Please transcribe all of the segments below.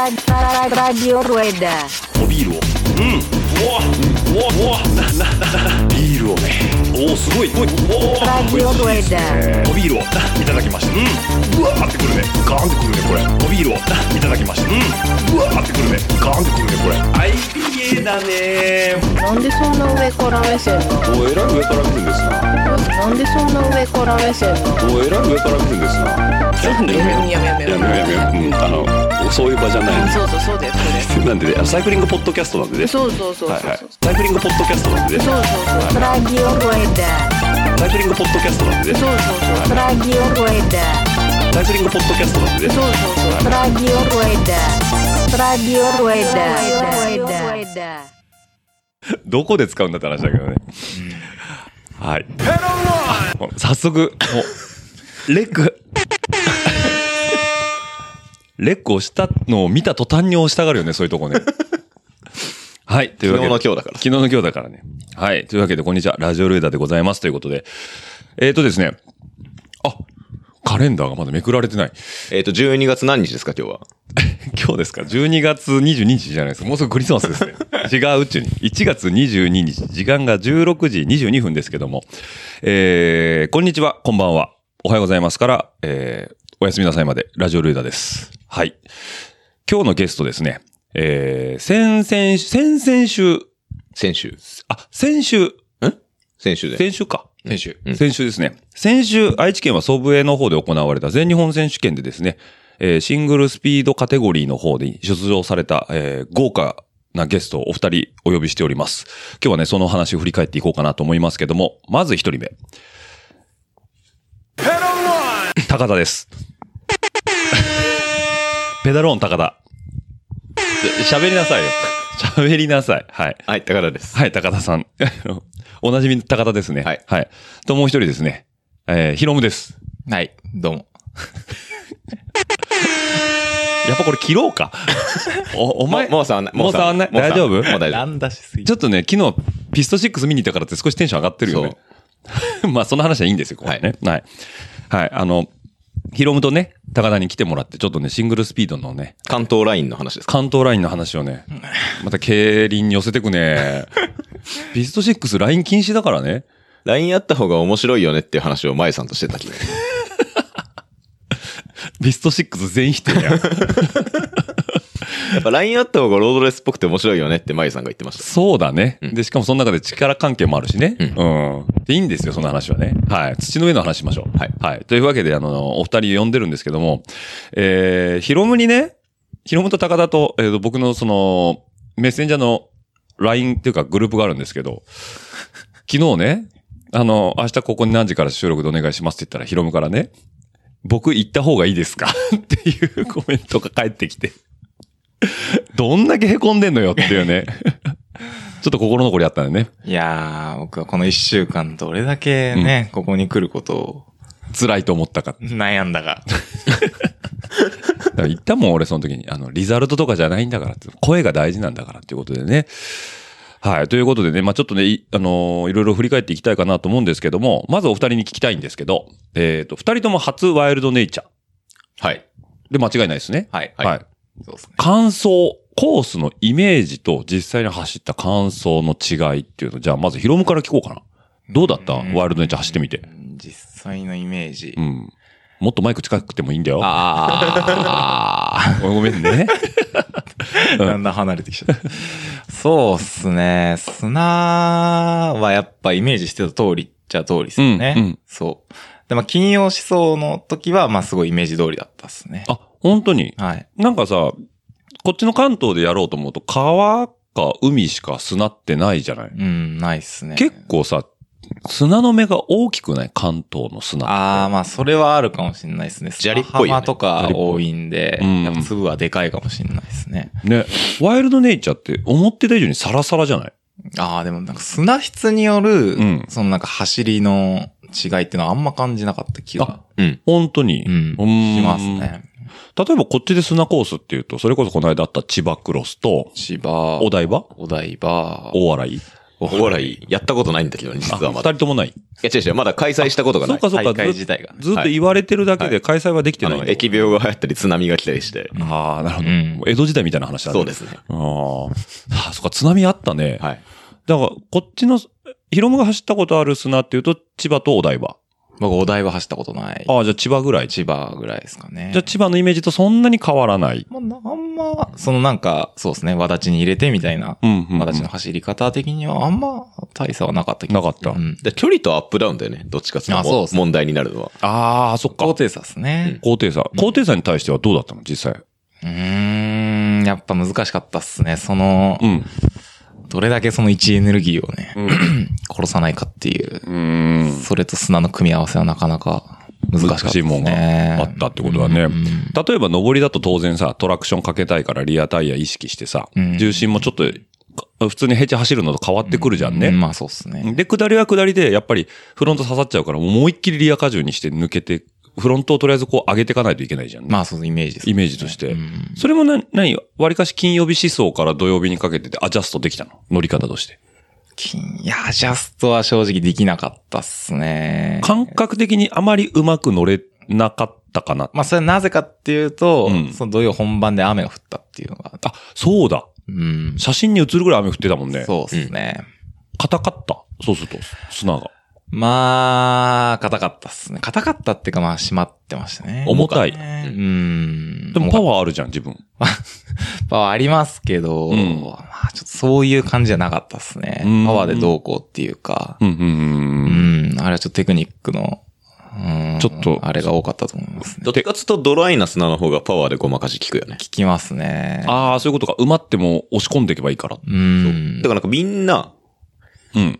Radio Rueda. おビールをうんうわうわうわななななビールをねおおすごいおいお Radio お Rueda. おビールをないただきましたうんうわーってくるねガーンってくるねこれおビールをないただきましたうんうわーってくるねガーンってくるねこれ IPA だねなんでそんな上から目線なのおえらい上から来るんですななんでそんな上から目線なのおえらい上から来るんですなちょっとねやめやめややめようやめよううんあのそういう場じゃないそうそうそうだよそれなんでねサイクリングポッドキャストなんでねそうそうそうそうそう、はいはいサイクリングポッドキャストなんでねそうそうそう Radio Rueda. サイクリングポッドキャストなんでねそうそうそう Radio Rueda. サイクリングポッドキャストなんでねそうそうそう Radio Rueda. Radio Rueda. Radio Rueda. どこで使うんだって話だけどね。はい。早速、もう、レック。レック押したのを見た途端に押したがるよね、そういうとこね。はい。というわけで。昨日の今日だから昨日の今日だからね。はい。というわけで、こんにちは。ラジオルエダでございます。ということで。えっ、ー、とですね。あ、カレンダーがまだめくられてない。えっ、と、12月何日ですか、今日は。今日ですか ?12 月22日じゃないですか。もうすぐクリスマスですね。違う宇宙に。1月22日、時間が16時22分ですけども。えー、こんにちは、こんばんは。おはようございますから、えー、おやすみなさいまで、ラジオルーダです。はい。今日のゲストですね。えー、先々週、先々週、先週。あ、先週、先週で。先週か。先週。うん先週ですね。先週、愛知県は総武営の方で行われた全日本選手権でですね、えーシングルスピードカテゴリーの方で出場された、えー豪華なゲストをお二人お呼びしております。今日はね、その話を振り返っていこうかなと思いますけども、まず一人目。高田です。ペダローン高田。喋りなさいよ。喋りなさい。はい。はい、高田です。はい、高田さん。あの おなじみの高田ですね。はいはい。と、もう一人ですね。えー、ヒロムです。はい、どうも。 やっぱこれ切ろうか。お、お前、もう触んない。もう触んない。もう大丈夫もう大丈んだしすぎちょっとね、昨日、ピスト6見に行ったからって少しテンション上がってるよね。 まあ、その話はいいんですよ、ここはね。はい。はい。あの、ヒロムとね、高田に来てもらって、ちょっとね、シングルスピードのね、夫。関東ラインの話ですか。関東ラインの話をね、また競輪に寄せてくね。ピスト6ライン禁止だからね。ラインあった方が面白いよねっていう話を前さんとしてた気がする。ピスト6全否定やん。やっぱラインあった方がロードレースっぽくて面白いよねって前さんが言ってました。そうだね。で、しかもその中で力関係もあるしね。うん。でいいんですよ、その話はね。はい。土の上の話しましょう。はいはい。というわけで、あの、お二人呼んでるんですけども、えー、ヒロムにね、ヒロムと高田と、えーと、僕のその、メッセンジャーの LINE っていうかグループがあるんですけど、昨日ね、あの、明日ここに何時から収録でお願いしますって言ったら、ヒロムからね、僕行った方がいいですか っていうコメントが返ってきて、どんだけ凹んでんのよっていうね。ちょっと心残りあったんだよね。いやー、僕はこの一週間どれだけね、ここに来ることを辛いと思っ たか。悩んだが。だから言ったもん、俺その時に。あの、リザルトとかじゃないんだからって、声が大事なんだからっていうことでね。はい。ということでね、まあちょっとね、いあのーいろいろ振り返っていきたいかなと思うんですけども、まずお二人に聞きたいんですけど、えっ、と、二人とも初ワイルドネイチャー。はい。で、間違いないですね。はい。はいはいそうですね。感想、コースのイメージと実際に走った感想の違いっていうの、じゃあまずヒロムから聞こうかな。どうだったワうんイルドネイチャー走ってみて。実際のイメージう。ん。もっとマイク近くてもいいんだよ。あごめんね。ー、だんだん離れてきちゃった。そうっすね。砂はやっぱイメージしてた通りっちゃ通りっすよね。うんうんそう。で、まあ、金曜思想の時は、まあ、すごいイメージ通りだったっすね。あ、本当に。はい。なんかさ、こっちの関東でやろうと思うと、川か海しか砂ってないじゃないうん、ないっすね。結構さ、砂の目が大きくない関東の砂。ああ、まあ、それはあるかもしれないですね。砂利っぽいよね砂浜とか多いん砂利っで、ぽいうんやっぱ粒はでかいかもしれないですね。ね。ワイルドネイチャーって思ってた以上にサラサラじゃないああ、でもなんか砂質による、うんそのなんか走りの違いっていうのはあんま感じなかった気が、うん。本当に。うん、うーんしますね。例えばこっちで砂コースっていうと、それこそこの間あった千葉クロスと、千葉、お台場お台場、大洗お笑い、やったことないんだけどね、あ、実は二まだ。い人ともない。や、違う違う、まだ開催したことがそなうい。かそうか。大会ず自体が。ずっと言われてるだけで開催はできてあない。の、疫病が流行ったり、津波が来たりして。ああ、なるほど。うんもう江戸時代みたいな話だね。そうですね。あーあ、そっか、津波あったね。はい。だから、こっちの、ヒロムが走ったことある砂っていうと、千葉とお台場。僕、お台場走ったことない。ああ、じゃあ千葉ぐらい。じ千葉ぐらいですかね。ゃあ千葉のイメージとそんなに変わらない。まあ、なあんま、そのなんか、そうですね、わだちに入れてみたいな、うん、うん。わだちの走り方的にはあんま大差はなかった気がなかった。うん。で距離とアップダウンだよね、どっちかっていうあそうとそう問題になるのは。ああ、そっか高。低差ですね。高低差。高低差に対してはどうだったの実際。うーん、やっぱ難しかったっすね。そのう、ん。どれだけその位置エネルギーをね、う殺さないかっていう、うん。それと砂の組み合わせはなかなか難しかったです難しね。いもんがあったってことだねうん例えば上りだと当然さ、トラクションかけたいからリアタイヤ意識してさ、うん重心もちょっと、か普通にヘチ走るのと変わってくるじゃんね。うんまあそうっすね。で、下りは下りで、やっぱりフロント刺さっちゃうから、もう思いっきりリア荷重にして抜けて、フロントをとりあえずこう上げていかないといけないじゃんね。まあそういうイメージですね、イメージとしてうんそれもな、何割かし金曜日思想から土曜日にかけててアジャストできたの乗り方として。金いや、ジャストは正直できなかったっすね。感覚的にあまりうまく乗れなかったかな。まあそれはなぜかっていうと、うんその土曜本番で雨が降ったっていうのが、あ、そうだ。うん。写真に写るぐらい雨降ってたもんね。そうですね。硬かった。そうすると、砂が。まあ、硬かったっすね。硬かったっていうかまあ閉まってましたね。重たいうん。でもパワーあるじゃん、自分。パワーありますけど、うんまあちょっとそういう感じじゃなかったっすねうん。パワーでどうこうっていうか、うん、うんうんううん。ん、あれはちょっとテクニックの、うんちょっとあれが多かったと思いますね。どっちかっつうとドライな砂の方がパワーでごまかし効くよね。聞きますね。ああ、そういうことか。埋まっても押し込んでいけばいいから。うんだか。らなんかみんな、うん。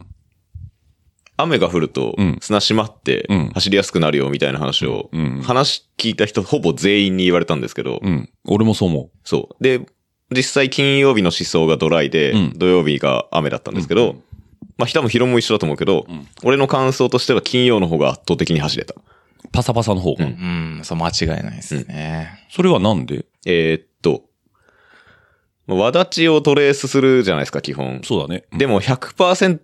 雨が降るとうん砂閉まってうん走りやすくなるよみたいな話をうん、話聞いた人ほぼ全員に言われたんですけど、うん。俺もそう思そう。で、実際金曜日の思想がドライで、うん土曜日が雨だったんですけうど、まあ、ひたもひろも一緒だと思うけど、うん俺の感想としては金曜の方が圧倒的に走れた。う。パサパサの方が。うんうん、そう、間違いないですね。それはなんでえーっと、まあわだちをトレースするじゃないですか、基本。そうだね。でも100%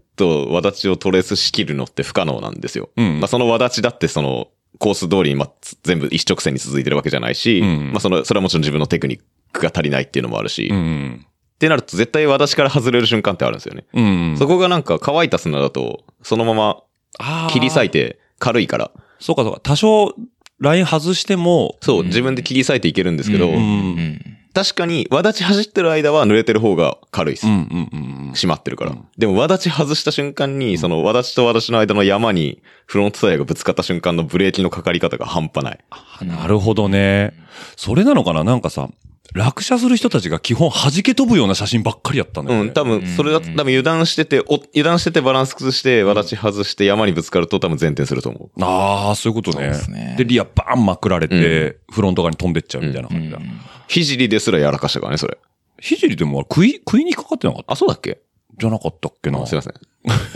わだちをトレースしきるのって不可能なんですよ。うんまあ、そのわだちだってその、コース通りにまあつ全部一直線に続いてるわけじゃないし、うんまあその、それはもちろん自分のテクニックが足りないっていうのもあるし、うっん。てなると絶対わだちから外れる瞬間ってあるんですよね。うん。そこがなんか乾いた砂だと、そのままあー切り裂いて軽いから、そうかそうか。多少、ライン外しても、そう、うん自分で切り裂いていけるんですけど、うんん。確かに、わだち走ってる間は濡れてる方が軽いです。うんうんうんうん。閉まってるから。うんでも、わだち外した瞬間に、その、わだちとわだちの間の山に、フロントタイヤがぶつかった瞬間のブレーキのかかり方が半端ない。なるほどね。それなのかななんかさ、落車する人たちが基本弾け飛ぶような写真ばっかりやったんだよ、ね。うん、多分、それだと、うん多分油断してて、お油断しててバランス崩して、わだち外して山にぶつかると多分前転すると思う。ああ、そういうことそうね。ですねで、リアバーンまくられて、フロント側に飛んでっちゃうみたいなう感じだ。んひじりですらやらかしたからね、それ。ひじりでも食い、食いにかかってなかったあ、そうだっけじゃなかったっけな。あすいません。ち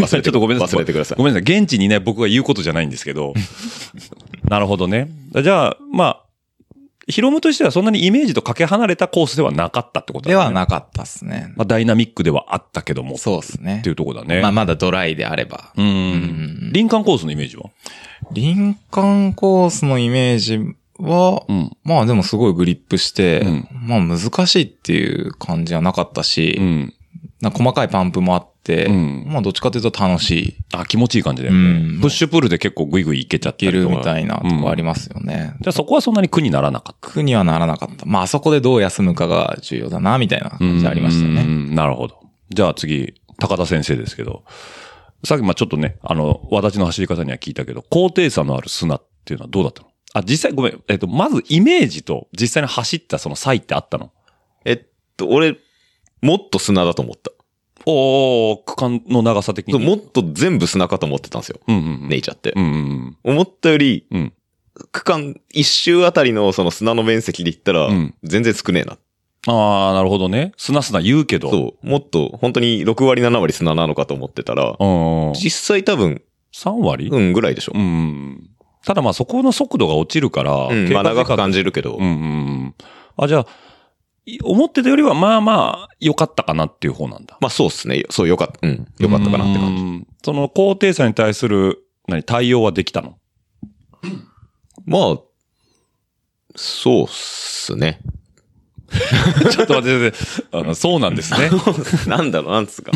忘ょれ、ってとごめんなさい。忘れてくださいご。めんなさい。現地にいない僕が言うことじゃないんですけ ど。なるほどね。じゃあ、まあ、ヒロムとしてはそんなにイメージとかけ離れたコースではなかったってことだ、ね、ではなかったっすね。まあ、ダイナミックではあったけども。っそうっすねてい。うとこだね。まあ、まだドライであれば。ううんん。林間コースのイメージは林間コースのイメージは、うん。まあでもすごいグリップして、うんまあ難しいっていう感じはなかったし、うん。なんか細かいパンプもあって、うんまあどっちかというと楽しい、いあ、気持ちいい感じだよね。うんプッシュプールで結構グイグイいけちゃってけるみたい。いなとこありますよね。じゃあそこはそんなに苦にならなかった。苦にはならなかった。まああそこでどう休むかが重要だな、みたいな感じありましたようね。んなるほど。じゃあ次、高田先生ですけど、さっきまあちょっとね、あの、私の走り方には聞いたけど、高低差のある砂っていうのはどうだったのあ、実際ごめん、えっと、まずイメージと実際に走ったその差異ってあったのえっと、俺、もっと砂だと思った。おー、区間の長さ的そうに。もっと全部砂かと思ってたんですよ。うんうんうん。ネイチャーってう。んうん思ったより、うん。うん。区間一周あたりのその砂の面積で言ったら、うん全然少ねえな。あー、なるほどね。砂砂言うけど。そう。もっと、本当に6割7割砂なのかと思ってたら、うん。実際多分、 3割うんぐらいでしょう。ん。ただまあそこの速度が落ちるから、うん、経まあ過時間長く感じるけど、うんうんうん。あ、じゃあ、い思ってたよりは、まあまあ、良かったかなっていう方なんだ。まあそうっすね。そう、よかった。うん。よかったかなって感じ。じ。その高低差に対する、何、対応はできたの まあ、そうっすね。ちょっと待って、あのそうなんです ね。 なんだろう、なんつうか。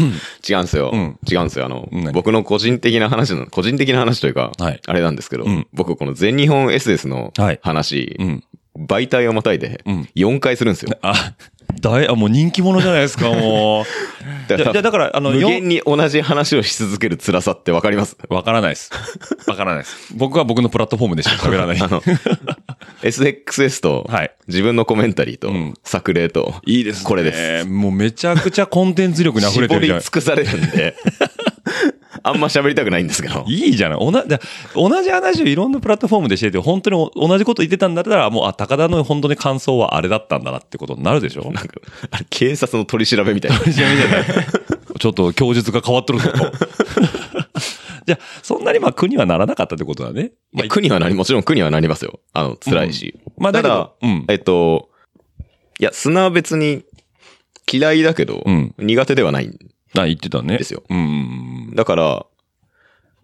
違うんすよ。うん違うんすよ。あのうん何、僕の個人的な話の、個人的な話というか、はいあれなんですけど、うん僕この全日本 SS のはい話、うん。媒体をまたいでうん、 4回するんですよ。あ、だい、あ、もう人気者じゃないですか、もう。 だじからゃじゃあだから、あの、無よん限に同じ話をし続ける辛さってわかりますわからないです。わからないです。僕は僕のプラットフォームでしか喋らない。あの、SXS と、はい自分のコメンタリーと、うん作例と、いいですね。これです。もうめちゃくちゃコンテンツ力に溢絞れてるりじゃん尽。くされるん で、あんま喋りたくないんですけど。いいじゃない。おなだ同じ話をいろんなプラットフォームでしてて、本当にお同じこと言ってたんだったら、もう、あ、高田の本当に感想はあれだったんだなってことになるでしょなんか、あれ警察の取り調べみたいな。ちょっと供述が変わっとるぞと。じゃあ、そんなにまあ苦にはならなかったってことだね。まあ、苦にはなり、もちろん苦にはなりますよ。あの、辛いし。まあだたけどだ、うんえっと、いや、砂は別に嫌いだけど、うん苦手ではないんあ言ってたね。ですようんうんだから、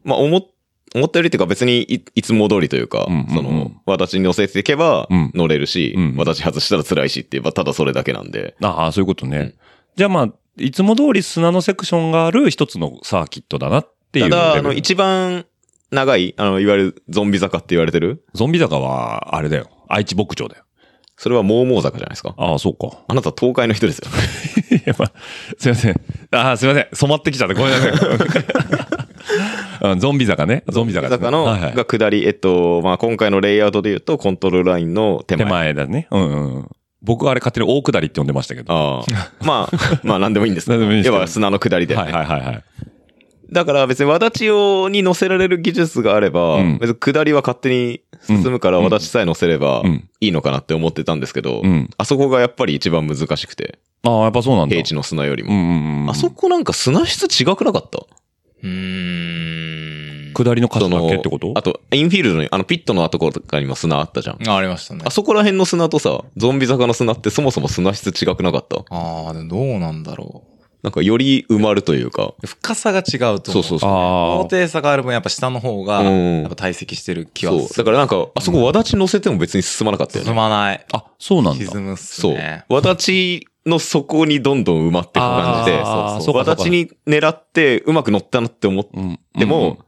まあ、思っ、思ったよりっていうか別にいいつも通りというか、うんうんうんその、私に乗せていけばうん乗れるし、うん私外したら辛いしって言えばただそれだけなんで、うん。ああ、そういうことね。うんじゃあまあ、いつも通り砂のセクションがある一つのサーキットだなっていうたレベル。だ、あの、一番長い、あの、いわゆるゾンビ坂って言われてる、ゾンビ坂は、あれだよ。愛知牧場だよ。それはモーモー坂じゃないですか。ああ、そうか。あなた東海の人ですよ。やっぱ、すいません。ああ、すいません。染まってきちゃった。ごめんなさいうん。ゾンビ坂ね。 ゾンビ 坂ですね坂の、はいはいが下り、えっと、まあ、今回のレイアウトで言うと、コントロールラインの手手前。前だね。うんうん。僕はあれ勝手に大下りって呼んでましたけど。 ああ。まあ、まあ、なんでもいいんです。なんでもいいんですけ要どは砂の下りで、はいはいはいはい。だから別に、わだち用に乗せられる技術があれば、うん別に下りは勝手に進むから、うんわだちさえ乗せればうんいいのかなって思ってたんですけど、うん。あそこがやっぱり一番難しくて、ああ、やっぱそうなんだ。平地の砂よりうんも。うんうん。あそこなんか砂質違くなかったうーん。下りの箇そ所だのけってことあと、インフィールドに、あの、ピットのところとかにも砂あったじゃん。あありましたねあ。そこら辺の砂とさ、ゾンビ坂の砂ってそもそも砂質違くなかったああ、でもどうなんだろなんかより埋まるというか。う。深さが違うと思。そううそううそう。あ高あ。低差がある分、やっぱ下の方が、うんやっぱ堆積してる気はそう。だからなんか、あそこわだち乗せても別に進まなかったよね進。まない。あ、そうなんだ。沈むっすそうね。。わだちの底にどんどん埋まっていく感じで、あーそうそうう。そかそうわかだちに狙ってうまく乗ったなって思っうん。ても、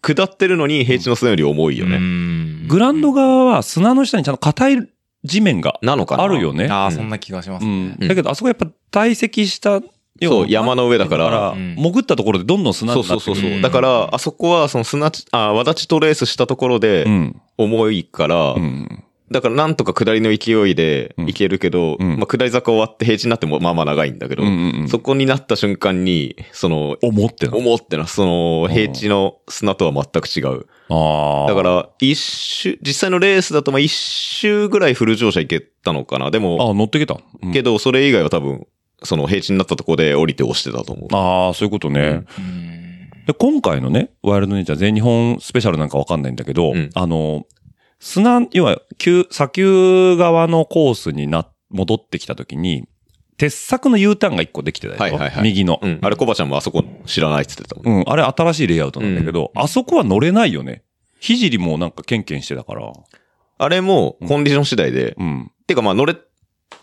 下ってるのに平地の砂より重いよね。うん、ねグラウンド側は砂の下にちゃんと硬い地面がなのかなあるよね。ああ、うんそんな気がしまうすんね。。だけど、あそこやっぱ堆積した、そう山の上だからうん潜ったところでどんどん砂そうにそうなってそうくそうう。んだから、あそこはその砂地、あ、わだちとレースしたところうでん。重いから、うん。だからなんとか下りの勢いでうんいけるけど、うんまあ下り坂終わって平地になってもまあまあ長いんだけど、うんうんうんそこになった瞬間に、その、思ってな。思ってな、その、平地の砂とは全く違う。ああ。だから、一周、実際のレースだとまあ一周ぐらいフル乗車行けたのかな。でも、あ乗ってきた。うんけどそれ以外は多分、その平地になったとこで降りて押してたと思う。ああ、そういうことね。うんで、今回のね、ワイルドネイチャー全日本スペシャルなんかわかんないんだけど、うんあの、砂、要は、急、砂丘側のコースにな、戻ってきた時に、鉄柵の U ターンが一個できてたではいしょ、はいはい右の、ううん。ん。あれ、コバちゃんもあそこ知らないって言ってたもん。あれ新しいレイアウトなんだけど、あそこは乗れないよね。ひじりもなんかケンケンしてたから。あれも、コンディション次第で、うん。てかまあ乗れる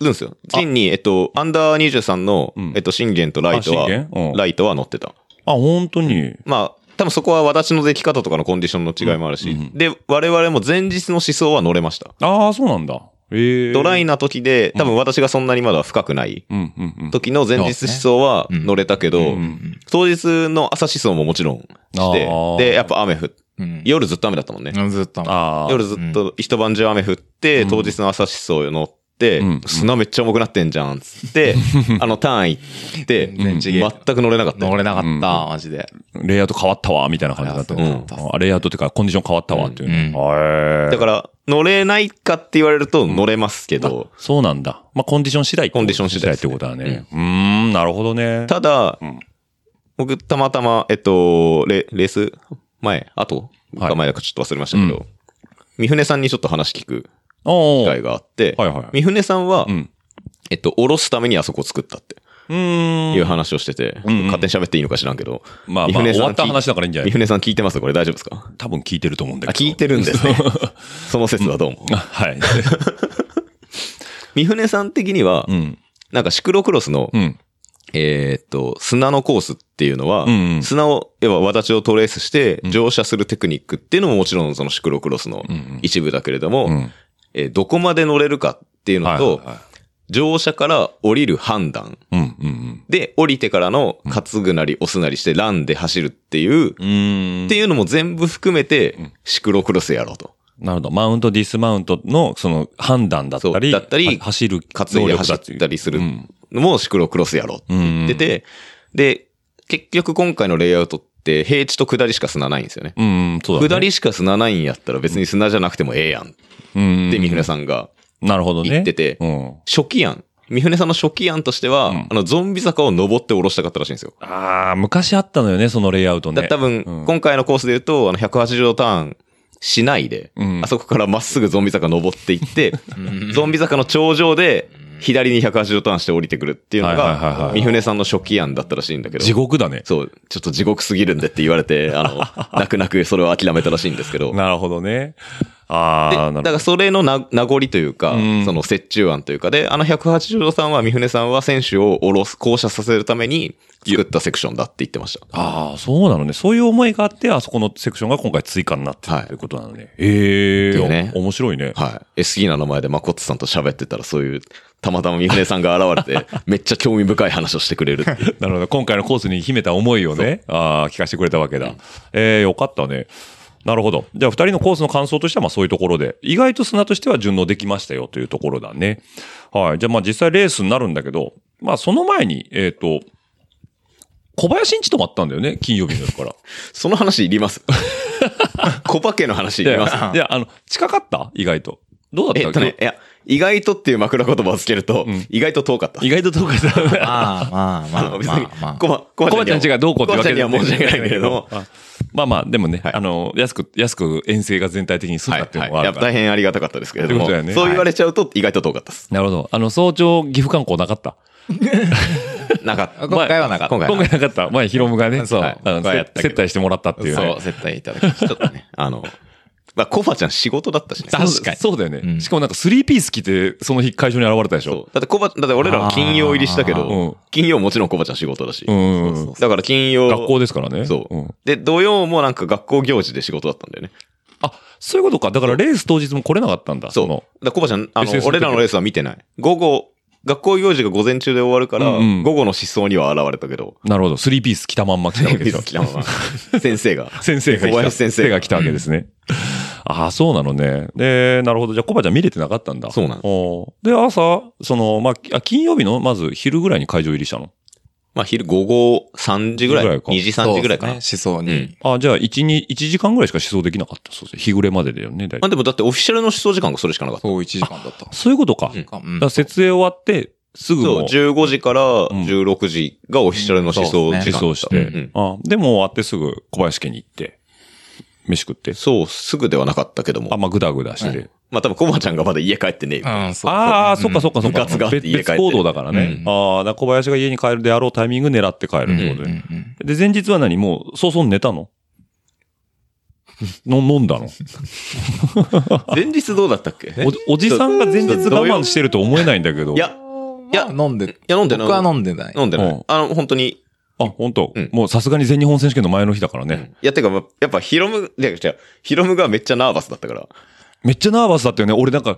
んですよ。チンに、えっと、アンダー23のうん、えっと、信玄とライトあは、信玄うん、ライトは乗ってた。あ、本当に。まあ、多分そこは私の出来方とかのコンディションの違いもあるし、うんうんで、我々も前日の思想は乗れました。ああ、そうなんだ。ええドライな時で、多分私がそんなにまだ深くないうんうんうん。時の前日思想はうん乗れたけど、うん当日の朝思想ももちろんしあてー、で、やっぱ雨降っうん夜ずっと雨だったもんね。うんずっと。ああ。夜ずっと一晩中雨降って、うん当日の朝思想乗って、うん砂めっちゃ重くなってんじゃん、つっ て、あのターン行って、全然違え全く乗れなかったよ。乗れなかった、うんマジで。レイアウト変わったわ、みたいな感じだったよね。そうあレイアウトっていうか、コンディション変わったわっていうね。うんへーだから、乗れないかって言われると乗れますけど、そうなんだ。まあ、コンディション次第。コンディション次第ってことだね。うーん、なるほどね。ただ、ん僕、たまたま、えっと、レレース前、あと、はいか前だかちょっと忘れましたけど、三船さんにちょっと話聞くお機ー会があって、はいはい三船さんは、うんえっと、下ろすためにあそこを作ったってうーん。いう話をしてて、うんうん勝手に喋っていいのか知らんけど。まあ三まあ、船さ終んわった話だからいいんじゃな三い船さん聞いてますこれ大丈夫ですか多分聞いてると思うんあ、だけど。聞いてるんですね。 その説はどうも。あ はい。三船さん的にはう、ん。なんかシクロクロスの、うん。えーっと、砂のコースっていうのは、うんうん砂を、要は私をトレースしてん乗車するテクニックっていうのももちろんそのシクロクロスのうんうん一部だけれども、うん。えーどこまで乗れるかっていうのと、はいはいはい乗車から降りる判断。うんうんで、降りてからの担ぐなり押すなりしてランで走るっていう、うん。うんっていうのも全部含めてん、シクロクロスやろうと。なるほど。マウント、ディスマウントの、その、判断だったり、そうだったりは走る担いで走ったりするうん。のもシクロクロスやろうって言ってて、で、結局今回のレイアウトって平地と下りしか砂ないんですよね。うん、そうだ、ね。下りしか砂ないんやったら別に砂じゃなくてもええやんっうん。て三船さんがなるほどね。言ってて、うん。初期案。三船さんの初期案としては、うんあの、ゾンビ坂を登って下ろしたかったらしいんですよ。ああ、昔あったのよね、そのレイアウトね。だ多分、うん今回のコースで言うと、あの、180度ターンしないで、うんあそこからまっすぐゾンビ坂登ってい って、ゾンビ坂の頂上で、左に180度ターンして降りてくるっていうのはいはいはいがは、い三船さんの初期案だったらしいんだけど。地獄だね。そう、ちょっと地獄すぎるんでって言われて、あ の、泣く泣くそれを諦めたらしいんですけど。でなるほどね。 ああ、なだかるほらど。それのな名残というか、うんその折衷案というかで、あの180度さんは三船さんは選手を下ろす、降車させるために作ったセクションだって言ってました。ああ、そうなのね。そういう思いがあって、あそこのセクションが今回追加になってるはいということなのね。へっていうねえ、お面白いね。はい。え、好きな名前でマコッツさんと喋ってたらそういう、たまたま三船さんが現 れて、めっちゃ興味深い話をしてくれるっていう。なるほど。今回のコースに秘めた思いをね、あー聞かせてくれたわけだ。えー、よかったね。なるほど。じゃあ、二人のコースの感想としては、まあそういうところで、意外と砂としては順応できましたよというところだね。はい。じゃあ、まあ実際レースになるんだけど、まあその前に、えっ、と、小林んち泊まったんだよね、金曜日の夜から。その 話いります 小化けの話いでりますいや、あの、近かった意外と。どうだえったっとね、いや、意外とっていう枕言葉をつけると、ん意外と遠かった今。日意外と遠か った。まあまあまあ あの、別まにあ、まあコ。バ、ココバちゃんちがどうこうってわわけけには申し訳ないけれども。あまあまあ、でもね、はいあの、安く、安く遠征が全体的に済んはだい、っていうはのい。はあやっるかぱら、大変ありがたかったですけれどっも、てこそとだうよね言われちゃうと意外と遠かったです。なるほど。あの、早朝岐阜観光なかった。なかった。今回はなかった。今回 今回なかった。前、ヒロムがね、そうあの今回やったけど接待してもらったっていうね。そう、接待いただきました。ちょっとね、あの、まあ、コバちゃん仕事だったしね。あ確かにそうだよね。うんしかもなんか、スリーピース着て、その日会場に現れたでしそょ。うだってコバ、だって俺らは金曜入りしたけあーうんど、金曜もちろんコバちゃん仕事だしう。んうんうん。だから金曜。学校ですからね。そう、んで、土曜もなんか学校行事で仕事だったんだよね。あ、そういうことか。だから、レース当日も来れなかったんだ。そう。だのからコバちゃん、あ SS のの、時俺らのレースは見てない。午後、学校行事が午前中で終わるから、うんうん午後の思想には現れたけど、なるほど。スリーピース着たまんま来たわけですよ。北山は 先生が。 先生が来た。小林先生が来たわけですね。 ああ、そうなのね。で、なるほど。じゃあ、コバちゃん見れてなかったんだ。そうなのの。で、朝、その、まあきあ、金曜日の、まず昼ぐらいに会場入りしたの。まあ昼午後3時ぐらい。ぐらいか2時3時ぐらいかな。そうですね思想に。あじゃあ、1、2、1時間ぐらいしか思想できなかった。そうですね。日暮れまでだよね、大まあ体。でもだってオフィシャルの思想時間がそれしかなかった。そう、1時間だった。そういうことか。うんだかかうんら設営終わって、すぐそう、もう、 15時から16時がオフィシャルの思想時間だった。思想して。うんあで、もう終わってすぐ小林家に行って、飯食って。そう、すぐではなかったけどあ、も。まあ、ぐだぐだしてて。まあ多分コバちゃんがまだ家帰ってねえよ。うん、そう。ああ、そっかそっかそっ部か。活があって別家帰って別行動だからね。うんああ、だから小林が家に帰るであろうタイミング狙って帰るってことで。うんうんで、前日は何もう、早々に寝たのの、飲んだの前日どうだったっけおおじさんが前日我慢してると思えないんだけど。いや、いや、飲んで、いや飲んでない。僕は飲んでない。飲んでなういん。あの、本当に。あ、本当、うんもうさすがに全日本選手権の前の日だからね。いや、てか、まやっぱヒロム、いや違う、ヒロムがめっちゃナーバスだったから。めっちゃナーバスだったよね。俺なんか、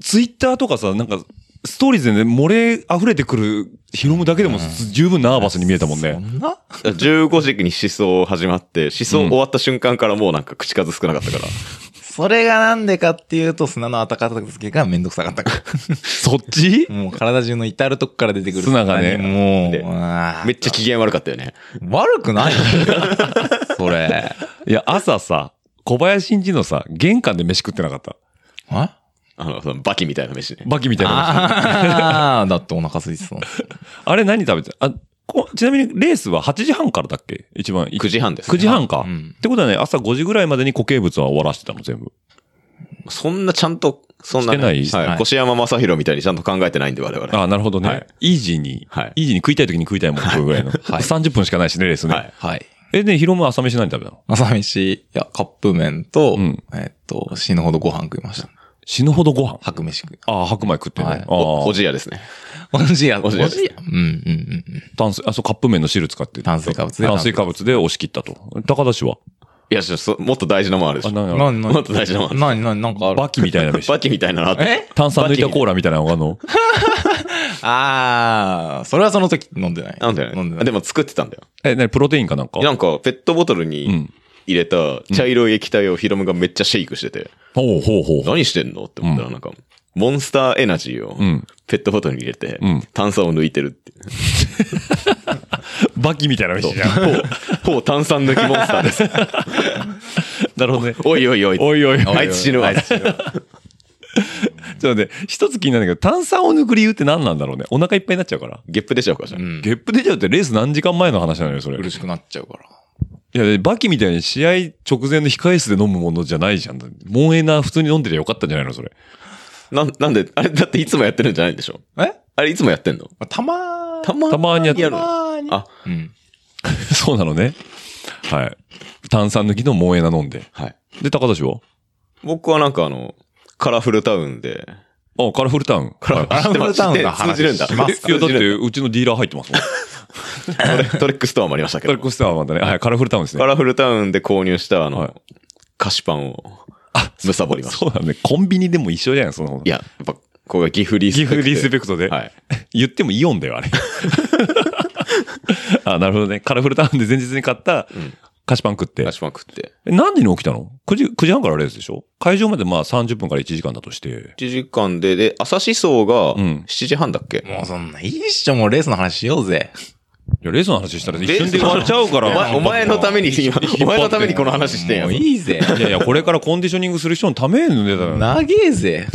ツイッターとかさ、なんか、ストーリーズでね、漏れ溢れてくるヒロムだけでも十分ナーバスに見えたもんね。そんな15時に思想始まって、思想終わった瞬間からもうなんか口数少なかったから。それがなんでかっていうと、砂の温か付けがめんどくさかったかそっちら。もう体中の至るとこから出てくる砂がねにもでううわー、めっちゃ機嫌悪かったよね。悪くないよそれ。いや、朝さ、小林んちのさ、玄関で飯食ってなかった。ああの、そのバキみたいな飯ね。バキみたいな飯。ああ、だってお腹空いてたの。あれ何食べてあこちなみにレースは8時半からだっけ一番。 9時半です、 9時半か、うんってことはね、朝5時ぐらいまでに固形物は終わらせてたの、全部。そんなちゃんとそんなね、してないですねは。はいい越山正宏みたいにちゃんと考えてないんで、我々。ああ、なるほどね。はいイージーに、はいイージーに食いたい時に食いたいもん、これぐらいの。30分しかないしね、レースね。はい。はい。え、ね、昼も朝飯何食べたの朝飯、いや、カップ麺と、うんえっと、死ぬほどご飯食いました。死ぬほどご飯。白飯食い。ああ、白米食ってね。はいあおあお、じやですね。おじや、おじやおじや。うん、うん、うんうん。炭水、あ、そう、カップ麺の汁使ってる炭水化物で炭水化物で押し切ったと。高田氏はいや、ちょそもっと大事なもんあるでしあ、ょ。なんや。何、もっと大事なもんある。何、何、なんかある バキみたいな飯。バキみたいなのあって。え炭酸抜いたコーラみたいなのがあんの。あー、それはその時飲んでない。なんだよ飲んね。でなあい。でも作ってたんだよ。え、なにプロテインかなんかなんか、ペットボトルうにん。入れた茶色い液体をヒロムがめっちゃシェイクしてて、ほうほうほう。何してんのって思ったうら、んなんか、モンスターエナジーをうんペットボトルに入れてうん、炭酸を抜いてるっていう。バキみたいな飯じゃん。ほう、ほう炭酸抜きモンスターです。 なるほどね。おいおいおい。おいおいおい。あいつ死ぬわ。ちょっとね、一つ気になるんだけど、炭酸を抜く理由って何なんだろうね。お腹いっぱいになっちゃうから。ゲップ出ちゃうかじゃ。うんん。ゲップ出ちゃうってレース何時間前の話なのよ、それ。苦しくなっちゃうから。いや、でバキみたいに試合直前の控え室で飲むものじゃないじゃん。モンエナ普通に飲んでりゃよかったんじゃないの、それ。なん、なんで、あれ、だっていつもやってるんじゃないんでしょえあれ、いつもやってんのたまーたまたまにやってやるる。にあ、うん。 そうなのね。はい。炭酸抜きのモンエナ飲んで。はい。で、高田氏は僕はなんかあの、カラフルタウンで、あ、カラフルタウン。カラフルアラブタウンの知ってる通じるんだ話しますいや、だっ通じて、うちのディーラー入っ てますもん。トレトレックストアもありましたけトレど、コスターはまだね。はい、カラフルタウンですね。カラフルタウンで購入したあの、はい菓子パンを、むさぼりました。そうだね。コンビニでも一緒じゃないその。いや、やっぱ、ここがギフリスギペクトフで。リスペクトで。はい。言ってもイオンだよ、あれ。あ、なるほどね。カラフルタウンで前日に買ったん菓子パン食って菓。子パン食って。え何時に起きたの ?9 時、9時半からレースでしょ会場までまあ30分から1時間だとして。 1時間で、で、朝思想がうん7時半だっけ、もうそんないいっしょ、もうレースの話しよう ぜ。いや、レースの話したら一レー瞬スで終わっちゃうかお前ら。お前のために、今お前のためにこの話してんやもんう。いい ぜ。いやいや、これからコンディショニングする人のために出たのよ。長えぜ。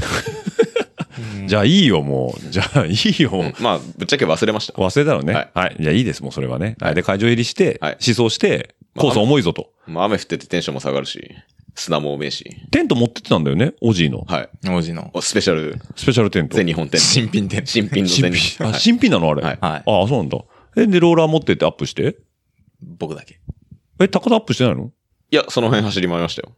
じゃあいいよ、もう。じゃあいいよ。うんまあ、ぶっちゃけ忘れました。忘れたのね。ははいい。じゃあいいです、もうそれはね。はい。で、会場入りして、はい思想して、まあコース重いぞと。まあ、雨降っててテンションも下がるし、砂も多めえし。テント持ってってたんだよね、オジーの。はい。王子の。おスペシャルスペシャルテント。全日本店。新品店。新品の新全日品。本。あ、はい新品なのあれ。はいはいああ、そうなんだ。え、で、ローラー持ってってアップして僕だけ。え、高田アップしてないのいや、その辺走り回りましたよ。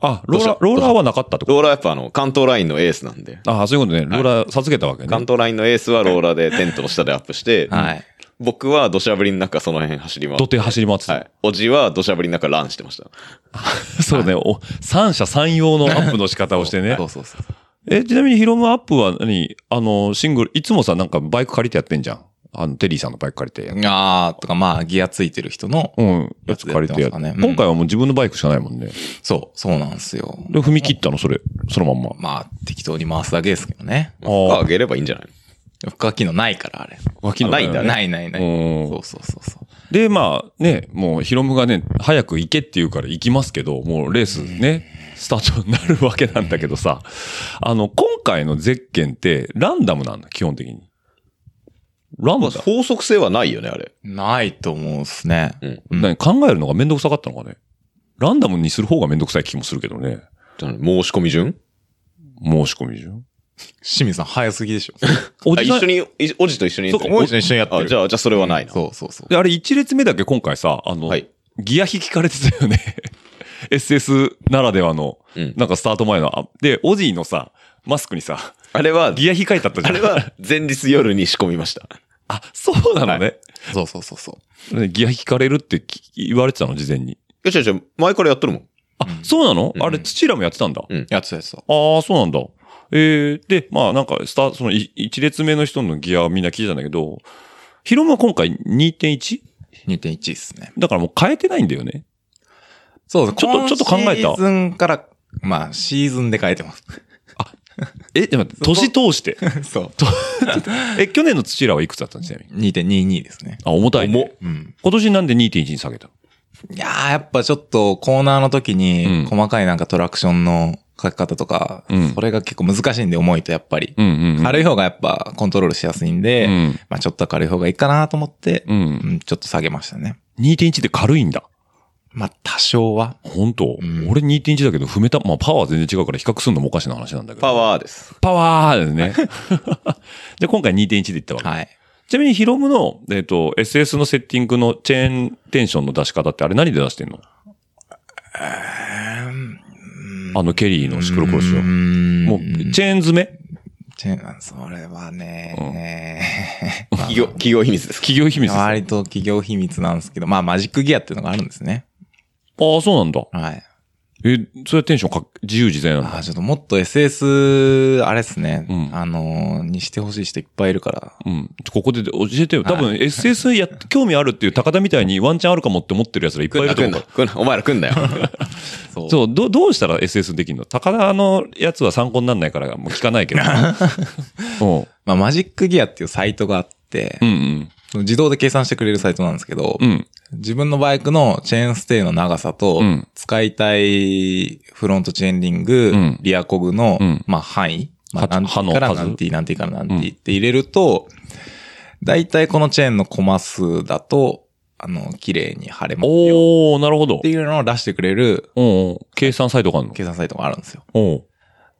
あ、ローラー、どロうしたーラーはなかったってこローラーやっぱあの、関東ラインのエースなんで。とああ、そういうことね。ローラー授けたわけね。関東ラインのエースはローラーでテントの下でアップして、はい。僕は土砂降りの中その辺走り回土っ手走り回ってて、はた。い。おじは土砂降りの中ランしてました。 そうね。お、三者三様のアップの仕方をし てねそ。うそうそう。え、ちなみにヒロムアップは何あの、シングル、いつもさ、なんかバイク借りてやってんじゃん。あの、テリーさんのバイク借りてやっあー、とかまあ、ギアついてる人の、うん、やつ借りてややつやってますかねうん今回はもう自分のバイクしかないもんね。そう、そうなんすよ。で、踏み切ったの、それ。そのまんま。まあ、適当に回すだけですけどね。負荷上げればいいんじゃない深機能ないから、あれ。脇のないんだねないないない。うんそうそうそうそう。で、まあね、もうヒロムがね、早く行けって言うから行きますけど、もうレースね、スタートになるわけなんだけどさ、あの、今回のゼッケンってランダムなんだ、基本的に。ランダの法則性はないよね、あれ。ないと思うっすね。うんうんム、何考えるのがめんどくさかったのかね。ランダムにする方がめんどくさい気もするけどね。だから申し込み順申し込みじゃん。清水さん早すぎでしょ。おあじさ一緒ん、に、いおじと一緒にそうかもう一緒に一緒にやってあ、る。じゃあ、じゃあそれはないな。そうそうそう。であれ一列目だけ今回さ、あの、はいギア引きかれてたよね。SS ならではの、うんなんかスタート前の、あで、オジーのさ、マスクにさ、あれは、ギア控えたったじゃあん。れは前日夜に仕込みました。あ、そうなのね。そうそうそうそう。ねギア引かれるってき言われてたの、事前に。よしよし、前からやっとるもん。あ、そうなの、あれ、土浦もやってたんだ。うんやってたやつだ。ああ、そうなんだ。えー、で、まあなんか、スター、その、い一列目の人のギアはみんな聞いてたんだけど、ヒロムは今回 2.1? 2.1ですね。だからもう変えてないんだよね。そうそう。ちょっと今ちょっと考えたシーズンから、まあ、シーズンで変えてます。 え、でも待って、そ年通して。そう。 え、去年の土浦はいくつだったんちなみに。 2.22ですね。あ、重たい、ね。うん。今年なんで2.1に下げたのいやー、やっぱちょっとコーナーの時うんに、細かいなんかトラクションの書き方とか、うんそれが結構難しいんで、重いとやっぱり。うんうん、うん。軽い方がやっぱコントロールしやすいんで、うんまあちょっと軽い方がいいかなと思って、うんうんちょっと下げましたね。 2.1で軽いんだ。まあ、多少は。本当、うん俺2.1だけど踏めた、まあパワーは全然違うから比較するのもおかしな話なんだけど。パワーです。パワーですね。 で、今回2.1でいったわけ。はい。ちなみにヒロムの、えっ、と、SS のセッティングのチェーンテンションの出し方ってあれ何で出してんのあのケリーのシクロクロスうは。ーんもう、チェーン詰めチェーン、それはね、企業、企業秘密です。企業秘密です。ああ割と企業秘密なんですけど、まあ、マジックギアっていうのがあるんですね。ー、そうなんだ。はい。え、それはテンションか、自由自在なのあーちょっともっと SS、あれですね。うんあのー、にしてほしい人いっぱいいるから。うん。ここで教えてよ。多分、は SS や、興味あるっていう高田みたいにワンチャンあるかもって思ってる奴らいっぱいい来んるな、と来思んうかなら。来んな。お前ら来んなよ。そうそう、どう、どうしたら SS できるの高田のやつは参考になんないから、もう聞か ないけど。 うんまあ、マジックギアっていうサイトがあって、うん自動で計算してくれるサイトなんですけど、うん。うん。自分のバイクのチェーンステイの長さと、うん使いたいフロントチェーンリング、うんリアコグの、うんまあ、範囲、まはあ、何 T 刃のから数何 T、何 T から何 T って入れると、だいたいこのチェーンのコマ数だと、あの、綺麗に貼れますよおー、なるほどって。いうのを出してくれるうんうん。計算サイトがあるの計算サイトがあるんですよ。おう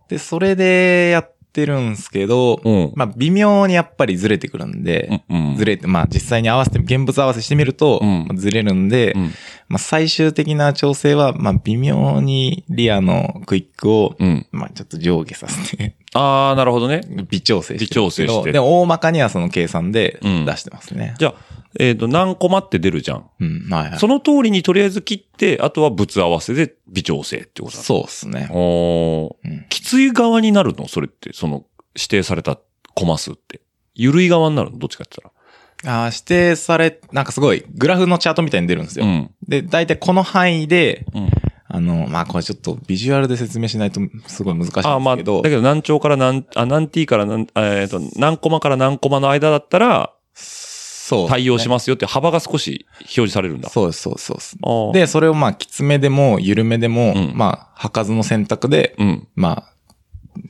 で、それでやってるんですけど、うんまあ、微妙にやっぱりずれてくるんで、うんうん。ずれて、まあ実際に合わせて、現物合わせしてみると、うんまあずれるんで、うんまあ最終的な調整は、まあ微妙にリアのクイックを、うん。まあちょっと上下させて、 あー、なるほどね。微調整してるんですけ微ど調整してでも大まかにはその計算でうん出してますね。じゃあ、えっ、と、何コマって出るじゃん。うん、はいはい。その通りにとりあえず切って、あとは物合わせで微調整ってことだ。そうですね。おーうんきつい側になるのそれって、その指定されたコマ数って。ゆるい側になるのどっちかって言っあー指定され、なんかすごい、グラフのチャートみたいに出るんですたら。よ。うん。で、大体この範囲で、うん。あの、まあこれちょっとビジュアルで説明しないとすごい難しいんですけど、あーまあ、だけど何兆から何、あ、何 t から何、えっ、と、何コマから何コマの間だったらそうですね、対応しますよって幅が少し表示されるんだ。そうです、そうです、そうです。あー、で、それをまあ、きつめでも、緩めでも、うんまあ、履かずの選択で、うん。まあ、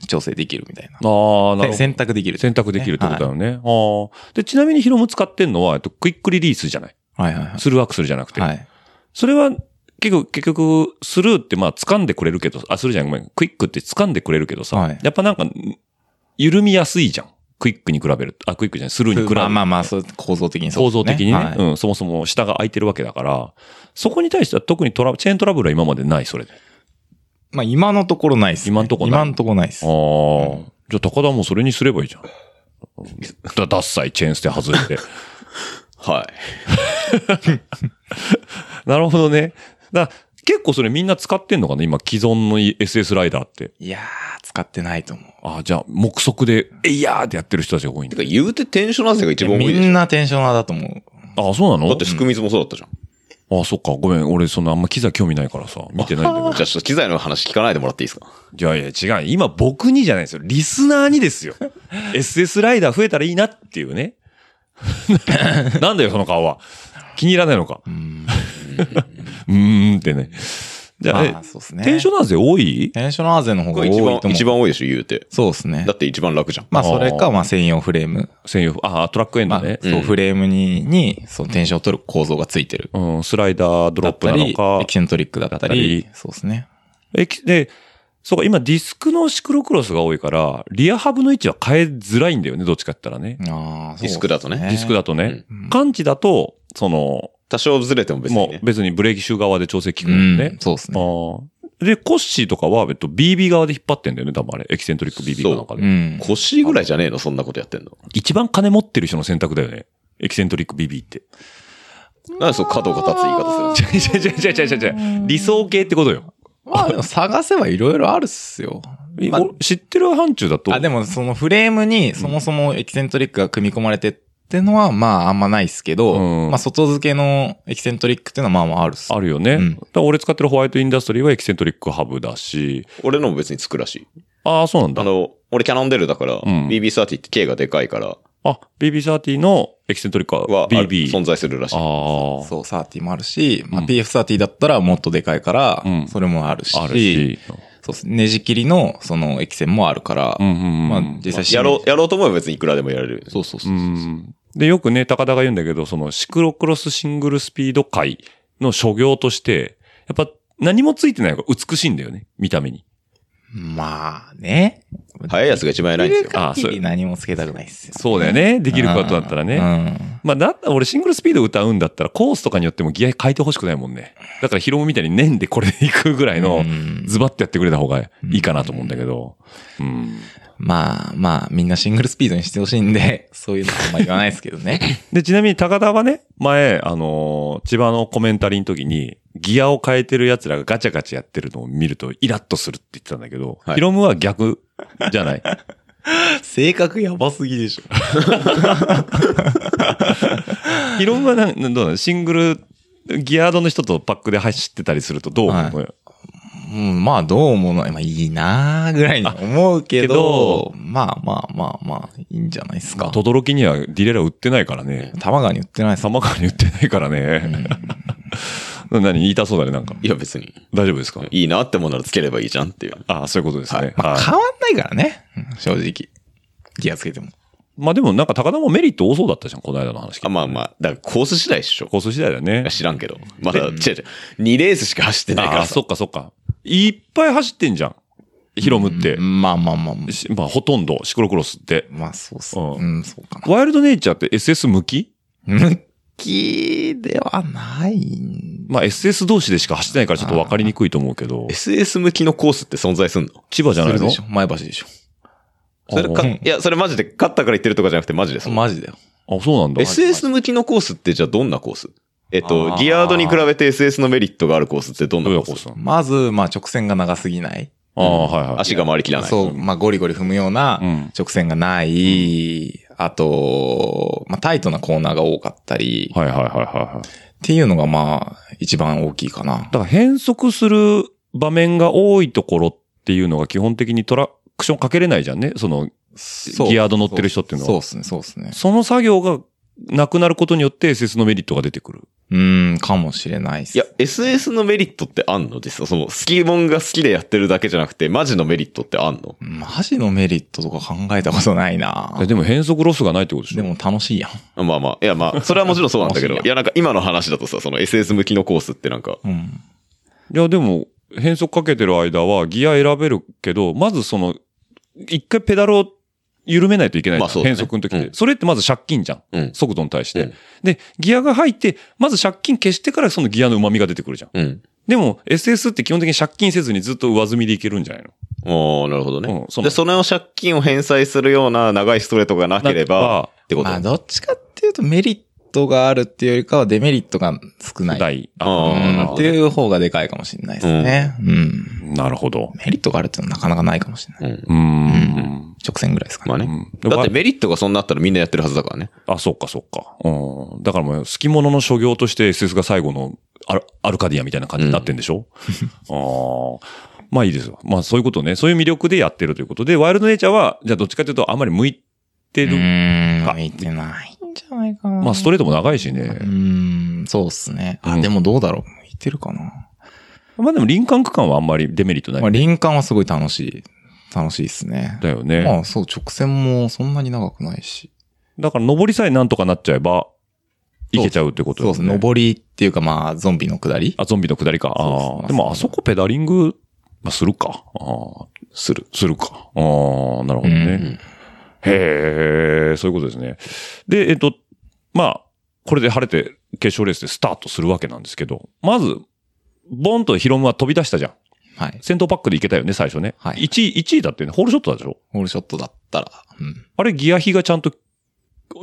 調整できるみたいな。ああ、なるほせど。選択できる。選択できるってことだはよね。ああ。で、ちなみにヒロム使ってんのは、えっと、クイックリリースじゃない。いはいはいスルーアクセルじゃなくて。はい。はい。それは、結局、結局、スルーってまあ掴んでくれるけど、あ、スルーじゃない、ごめん。クイックって掴んでくれるけどさ、はいやっぱなんか、緩みやすいじゃん。クイックに比べると。あ、クイックじゃない、スルーに比べると。まあまあまあ、そう構造的にそう構ですね、造的にね、はいうん、そもそも下が空いてるわけだから、そこに対しては特にトラチェーントラブルは今までない、それで。あまあ、今のところないです、ね。今のところない今のところないですあ。ー、じゃあ高田もそれにすればいいじゃん。だ、ダッサいチェーンステ外して。はい。 なるほどね。だ結構それみんな使ってんのかな今既存の SS ライダーって。いやー、使ってないと思う。あじゃあ、目測で、えいやーってやってる人たちが多いんてだか、。言うてテンショナー勢が一番多いでみしんょ。なテンショナーだと思う。あそうなのだって、スクミズもそうだったじゃん。あそっか。ごめん。俺、そのあんま機材興味ないからさ、見てないんだけど。じゃあ、ちょっと機材の話聞かないでもらっていいですかいやいや、違う。今、僕にじゃないですよ。リスナーにですよ。SS ライダー増えたらいいなっていうね。なんだよ、その顔は。気に入らないのか。 うーんってね。じゃあ、まあ、そうですえね。テンショナーナー勢多いテンショナー勢の方こがれ多い一と思番う、。一番多いでしょ、言うて。そうですねだ。って一番楽じゃん。まあ、それか、まあ、専用フレーム。専用、ああ、トラックエンまドあ、ね。そう、フレームに、に、そのテンションを取る構造がついてる。うん、スライダードロだッっプたなり、のかエキ。セントリックだったりだったり、そうですね。えきで、そうか、今ディスクのシクロクロスが多いから、リアハブの位置は変えづらいんだよね、どっちかって言ったらね。ああ、ディスクだとねそうデでィスクだとね。うん感知だと、その、多少ずれても別にもねう。別にブレーキシュー側で調整効くもうんんね。そうですあね。ーで、コッシーとかは、えっと、BB 側で引っ張ってんだよね、多分あれ。エキセントリック BB かなんかで。うん。腰ぐらいじゃねえのそんなことやってんの。一番金持ってる人の選択だよね。エキセントリック BB って。なんでそう角が立つ言い方す違るう違う違う違う違う違う。理想系ってことよ。まあでも探せばいろいろあるっすよ。まあお知ってる範疇だと。あ、でもそのフレームにそもそもエキセントリックが組み込まれてってのはまああんまないっすけうど、んまあ外付けのエキセントリックっていうのはまあまああるっす。あるよね。うんだから俺使ってるホワイトインダストリーはエキセントリックハブだし。俺のも別につくらしい。ああ、そうなんあだ。の、俺キャノンデルだから、ん BB30 って K がでかいから、あ、BB30 のエキセントリックはは、ある BB。存在するらしい。あそう、30もあるし、まあうん PF30 だったらもっとでかいからう、んそれもあるし、あ。あるし。そうっすねじ切りのそのエキセンもあるからう、んうんまうあん。実際やろう、やろうと思えば別にいくらでもやれる。そうそうそううそう。ん。で、よくね、高田が言うんだけど、そのシクロクロスシングルスピード界の所業として、やっぱ何もついてない方が美しいんだよね、見た目に。まあね。早いやつが一番偉いんですよ。あはっきそうり何もつけたくないっすよ。そうだよね、できることだったらね。ね。まあ、だったら俺シングルスピード歌うんだったらコースとかによってもギア変えてほしくないもんね。だからヒロムみたいに年でこれで行くぐらいうん。うのんズバッとやってくれた方がいいかなと思うんだけど。うん。まあまあ、みんなシングルスピードにしてほしいんで、そういうのあんま言わないですけどね。で、ちなみに高田はね、前、あのー千葉のコメンタリーの時に、ギアを変えてる奴らがガチャガチャやってるのを見るとイラッとするって言ってたんだけど、はいヒロムは逆じゃ ない。 性格やばすぎでしょ。ヒロムはなん、なんどうなのシングル、ギアードの人とパックで走ってたりするとどう思うのよ、うん、まあどうもない。まあいいなーぐらいに思うけど、まあまあまあまあ、いいんじゃないですか。轟にはディレラ売ってないからね。玉川に売ってないです。様川に売ってないからね。 何言いたそうだね、なんか。いや別に。大丈夫ですかいいなってもんならつければいいじゃんっていう。ああ、そういうことですね。まあはい変わんないからね。うん正直。ギアつけても。まあでもなんか高田もメリット多そうだったじゃん、この間の話聞いあて。まあまあ、だからコース次第っしょ。コース次第だよね。知らんけど。まだ、違う違う。2レースしか走ってないかあらあ、さそ。っかそっか。いっぱい走ってんじゃん。ヒロムって。まあまあまあまあ。しまあほとんど、シクロクロスって。まあそうっす。ううんん、そうかな。ワイルドネイチャーって SS 向き向きではないんまあ SS 同士でしか走ってないからちょっと分かりにくいと思うけど、 SS 向きのコースって存在すんの千葉じゃないするのでしょ前橋でしょそれあか、うんいや、それマジで、勝ったから言ってるとかじゃなくてマジです。マジだよ。あ、そうなんだ。 SS 向きのコースってじゃあどんなコースえっとあ、ーギアードに比べて SS のメリットがあるコースってどんなどうコいうースコースなのまず、まあ直線が長すぎない。ああ、はいはい。足が回りきらない。そう、まあゴリゴリ踏むようなうん直線がない。あと、まあタイトなコーナーが多かったり。はいはいはいはいはい。っていうのがまあ一番大きいかな。だから変速する場面が多いところっていうのが基本的にトラクションかけれないじゃんね。その、そうギアード乗ってる人っていうのはそうっすね、そうっすね。その作業がなくなることによって SS のメリットが出てくる。うーん、かもしれないっす。いや、SS のメリットってあんのですその、好きもんが好きでやってるだけじゃなくて、マジのメリットってあんのマジのメリットとか考えたことないなえでも変速ロスがないってことでしょでも楽しいやん。まあまあ、いやまあ、それはもちろんそうなんだけど、いやなんか今の話だとさ、その SS 向きのコースってなんか、うん。いや、でも、変速かけてる間はギア選べるけど、まずその、一回ペダルを緩めないといけないじゃんまあそうだね変速の時って、うんそれってまず借金じゃん。うん速度に対して、うんで、ギアが入って、まず借金消してからそのギアの旨味が出てくるじゃん。うん。でも、SS って基本的に借金せずにずっと上積みでいけるんじゃないのおーなるほどね。うんそので、その借金を返済するような長いストレートがなければ、ってことまあどっちかっていうとメリットがあるっていうよりかはデメリットが少ない。第、あーなるうん、ほどっていう方がでかいかもしれないですね。うん。なるほど。メリットがあるっていうのはなかなかないかもしれない。うんうーん。ん直線ぐらいですかね。まあうね。んだってメリットがそんなあったらみんなやってるはずだからね。あ、そっかそっか。うん。だからもう、好き者の所業として SS が最後のアルアルカディアみたいな感じになってんでしょ、ああ。まあいいですよ。まあそういうことね。そういう魅力でやってるということで、ワイルドネイチャーは、じゃあどっちかというとあんまり向いてうる。ーあん、向いてないんじゃないかな。まあストレートも長いしねう。ーん、そうっすね。あ、うんでもどうだろう。向いてるかな。まあでも林間区間はあんまりデメリットなまあい。林間はすごい楽しい。楽しいですね。だよね。まあそう、直線もそんなに長くないし。だから上りさえなんとかなっちゃえば、いけちゃうってことそでうですすね。ね。上りっていうかまあ、ゾンビの下りあ、ゾンビの下りか。そうあそあ。うでもあそこペダリング、まあするか。ああ。する。するか。ああ、なるほどね。うんへえ、そういうことですね。で、えっと、まあ、これで晴れて決勝レースでスタートするわけなんですけど、まず、ボンとヒロムは飛び出したじゃん。はい。先頭パックでいけたよね、最初ね。はい1位、1位だってね、ホールショットだでしょホールショットだったら。うん。あれギア比がちゃんと、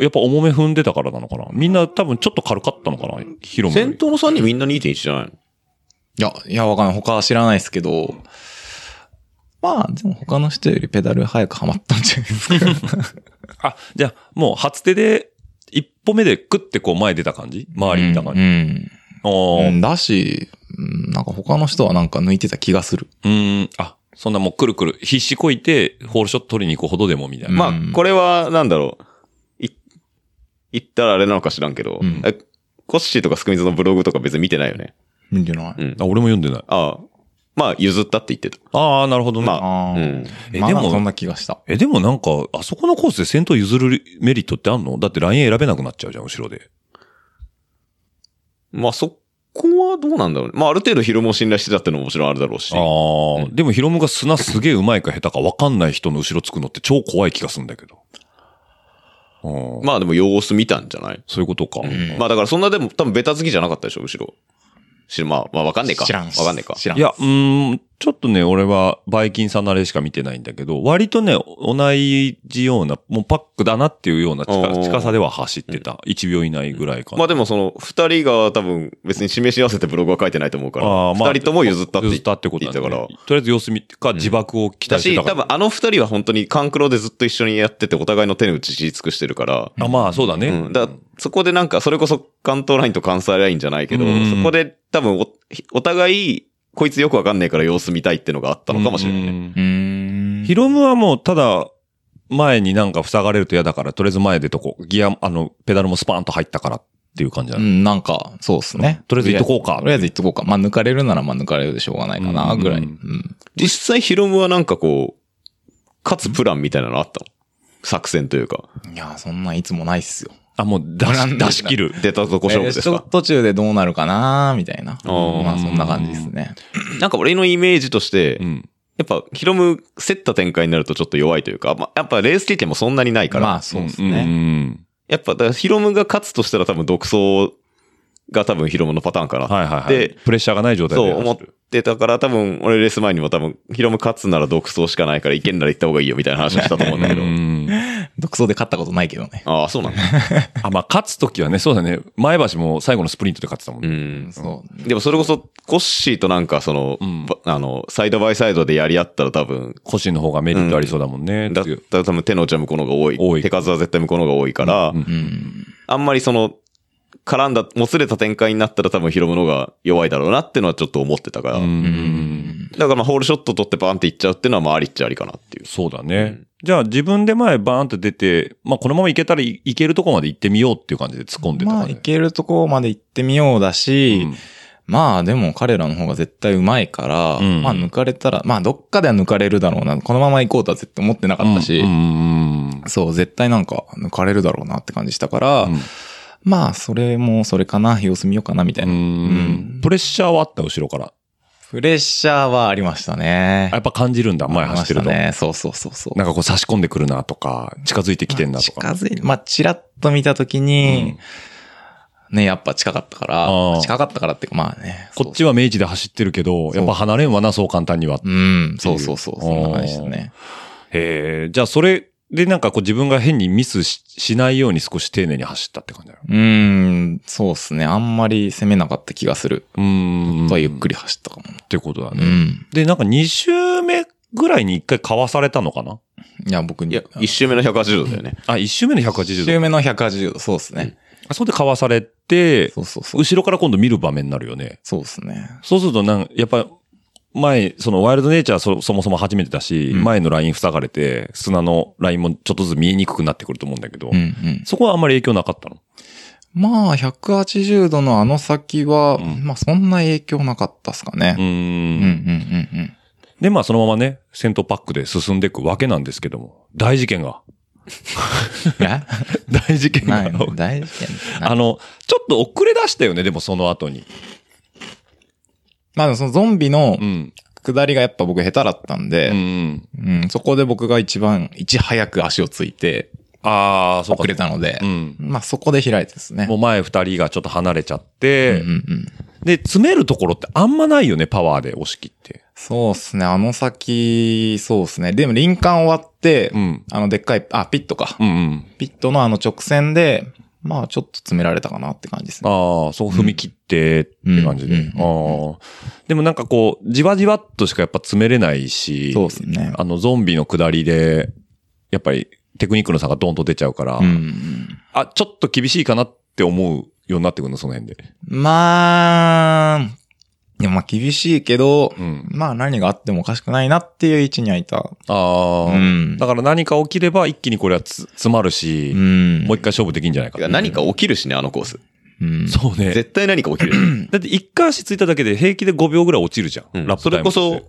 やっぱ重め踏んでたからなのかなみんな多分ちょっと軽かったのかなヒロムより。先頭の3人みんな2.1じゃないのいや、いや、わかんない。他は知らないですけど、まあ、でも他の人よりペダル早くはまったんじゃないですか。あ、じゃあ、もう初手で、一歩目でクッてこう前出た感じ周り見た感じ。うんあうーん。だし、うんなんか他の人はなんか抜いてた気がする。うーん。あ、そんなもうくるくる、必死こいて、ホールショット取りに行くほどでもみたいな。まうあ、んこれは、なんだろう。い、言ったらあれなのか知らんけど、うんえコッシーとかスクミズのブログとか別に見てないよね。見てない。あ、俺も読んでない。ああ。まあ、譲ったって言ってた。ああ、なるほどね。まあああ。うんえまあでもそんな気がした。え、でもなんか、あそこのコースで先頭譲るメリットってあんのだってライン選べなくなっちゃうじゃん、後ろで。まあ、そっこはどうなんだろうね。まあ、ある程度ヒロムを信頼してたってのももちろんあるだろうし。ああ、でもヒロムが砂すげえうまいか下手か分かんない人の後ろつくのって超怖い気がするんだけど。うん。まあでも様子見たんじゃないそういうことか。んまあだからそんなでも多分ベタ好きじゃなかったでしょ、後ろ。しまあ、まあわかんねえか。知らん。わかんねえか。知らん。いや、うーん、ちょっとね、俺はバイキンさんのあれしか見てないんだけど、割とね、同じような、もうパックだなっていうようなお近ー近さでは走ってた。1秒以内ぐらいかな。まあでもその、二人が多分別に示し合わせてブログは書いてないと思うから、あーまあ二人とも譲ったって譲ったってこと言だってたか。かららと。りあえず様子見か、自爆を期だ待してし、たか多ら。分あの二人は本当に勘九郎でずっと一緒にやっててお互いの手の内知り尽くしてるから、あ、まあ、そうだね。うん。だそこでなんか、それこそ関東ラインと関西ラインじゃないけど、うんそこで多分お、お互い、こいつよくわかんないから様子見たいってのがあったのかもしれないね。ねう。ーん。ヒロムはもう、ただ、前になんか塞がれると嫌だから、とりあえず前でとこう、ギア、あの、ペダルもスパーンと入ったからっていう感じだうね。ん、なんか、そうですね。とりあえず行っとこうかとりあえず行っとこうか。まあ、抜かれるなら、まあ、抜かれるでしょうがないかな、ぐらい。ううんん。実際ヒロムはなんかこう、勝つプランみたいなのあったの作戦というか、いや、そんなんいつもないっすよ。あ、もう出なんし、だ出し切る。出たとこ勝負ですえーかちょ。途中でどうなるかな、みたいな。ーまあ、そんな感じですね。なんか俺のイメージとして、うん。やっぱヒロム、競った展開になるとちょっと弱いというか、まあ、やっぱレース経験もそんなにないから、まあ、そうですんんね。んやっぱだからヒロムが勝つとしたら多分独走が多分ヒロムのパターンかなはいはいはい。でプレッシャーがない状態でそうやる。思ってたから、多分、俺レース前にも多分、ヒロム勝つなら独走しかないから、いけんなら行った方がいいよみたいな話をしたと思うんだけどう。ん。独走で勝ったことないけどね。ああ、そうなんだ。あ、まあ、勝つときはね、そうだね。前橋も最後のスプリントで勝ってたもんうね。ん。そう。でもそれこそ、コッシーとなんかその、うんばあの、サイドバイサイドでやり合ったら多分、腰の方がメリットありそうだもんね。だっっていうたら多分手の内は向こうの方が多い。多い手数は絶対向こうの方が多いから、うんうん。あんまりその、絡んだ、もつれた展開になったら多分ヒロムの方が弱いだろうなってのはちょっと思ってたから。うんうん。だからまあ、ホールショット取ってバーンっていっちゃうっていうのはまあ、ありっちゃありかなっていう。そうだね。じゃあ自分で前バーンと出て、まあこのままいけたらいいけるとこまで行ってみようっていう感じで突っ込んでたかまあ、ら行ね。けるとこまで行ってみようだし、まあでも彼らの方が絶対うまいから、うんまあ抜かれたら、まあどっかでは抜かれるだろうな、このまま行こうとは絶対思ってなかうんったし、うんうんうんそう、絶対なんか抜かれるだろうなって感じしたから、うんまあそれもそれかな、様子見ようかなみたいな。うんプレッシャーはあった、後ろから。プレッシャーはありましたね。やっぱ感じるんだ、前走ってると。ありまなしたね。そうそうそうそう。んかこう差し込んでくるなとか、近づいてきてんなとまか。あ近づいまあちらっと見たときに、ね、やっぱ近かったかあーら、近かったからっていうかまあね。こっちは明治で走ってるけど、やっぱ離れんわな、そう簡単には。うん、そうそうそう、っていそうんな感じですね。へえ、じゃあそれでなんかこう自分が変にミスししないように少し丁寧に走ったって感じだよ。うーん、そうっすね。あんまり攻めなかった気がする。うーん。とはゆっくり。り走ったかも。ってことだうね。ん。で、なんか2周目ぐらいに1回かわされたのかないや、僕に。いや、一周目の180度だよね。あ、1周目の180一度。周目の180度、そうっすね。あそこでかわされて、そうそうそう。後ろから今度見る場面になるよね。そうっすね。そうするとなん、やっぱ、前、そのワイルドネイチャーそそもそも初めてだし、うん前のライン塞がれて、砂のラインもちょっとずつ見えにくくなってくると思うんだけど、うんうん。そこはあんまり影響なかったのまあ、180度のあの先は、んまあ、そんな影響なかったっすかうね。うんんうんう んうん。で、まあそのままね、セントパックで進んでいくわけなんですけども、大事件が、 いや大事件 ないが、の大事件ないあの、ちょっと遅れ出したよね、でもその後に。まあ、でもそのゾンビのうん。下りがやっぱ僕下手だったうんんうで、ん。うん、そこで僕が一番、いち早く足をついて、ああ、そうか。遅れたのでう、ん。まあ、そこで開いてですね。もう前二人がちょっと離れちゃって、うんうんうん。で、詰めるところってあんまないよね、パワーで押し切って。そうっすね。あの先、そうっすね。でも林間終わって、うん。あの、でっかい、あ、ピットか。うんうん。ピットのあの直線で、まあ、ちょっと詰められたかなって感じですね。ああ、そう踏み切ってって感じで。うんうんああ。でもなんかこう、じわじわっとしかやっぱ詰めれないし、そうっすね。あの、ゾンビの下りで、やっぱりテクニックの差がドンと出ちゃうから、うん。あ、ちょっと厳しいかなって思うようになってくるの、その辺で。まあ、いや、まあ、厳しいけど、うんまあ、何があってもおかしくないなっていう位置にはいた。ああ、うんだから何か起きれば一気にこれはつ詰まるしう、ん。もう一回勝負できんじゃないかてか何か起きるしね、あのコース。うんそうね。絶対何か起きる。だって一回足ついただけで平気で5秒ぐらい落ちるじゃん。うんラップそタイれムことして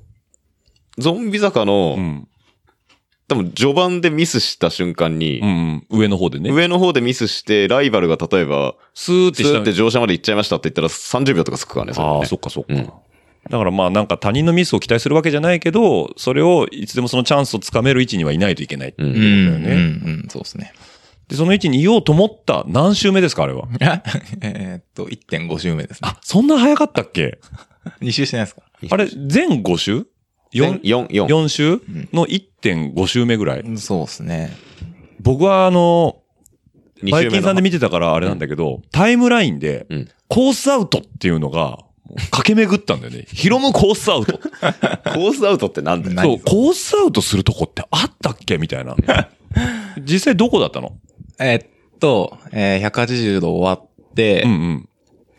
そ、ゾンビ坂の、うん。多分序盤でミスした瞬間にう、ん、うん。上の方でね。上の方でミスして、ライバルが例えば、スーってス下ーにって乗車まで行っちゃいましたって言ったら30秒とかつくからね、れあねあ、そっかそっか。うんだからまあなんか他人のミスを期待するわけじゃないけど、それをいつでもそのチャンスをつかめる位置にはいないといけない。うんうん、うん、うん、そうですね。 で、その位置にいようと思った何周目ですか、あれは。えーっと、1.5周目ですね。あ、そんな早かったっけ2周してないですかあれ、全5周4、 ?4、 4、4。 4周の1.5周目ぐらい。そうですね。僕はあの、二バ周イキ目ンさんでの見てたからあれなんだけど、タイムラインでうん、コースアウトっていうのが、もう駆け巡ったんだよね。 ヒロムコースアウ ト。コースアウトってなんだよ。何そう、コースアウトするとこってあったっけみたい な。実際どこだったのえーっと、えー180度終わって、うんうん。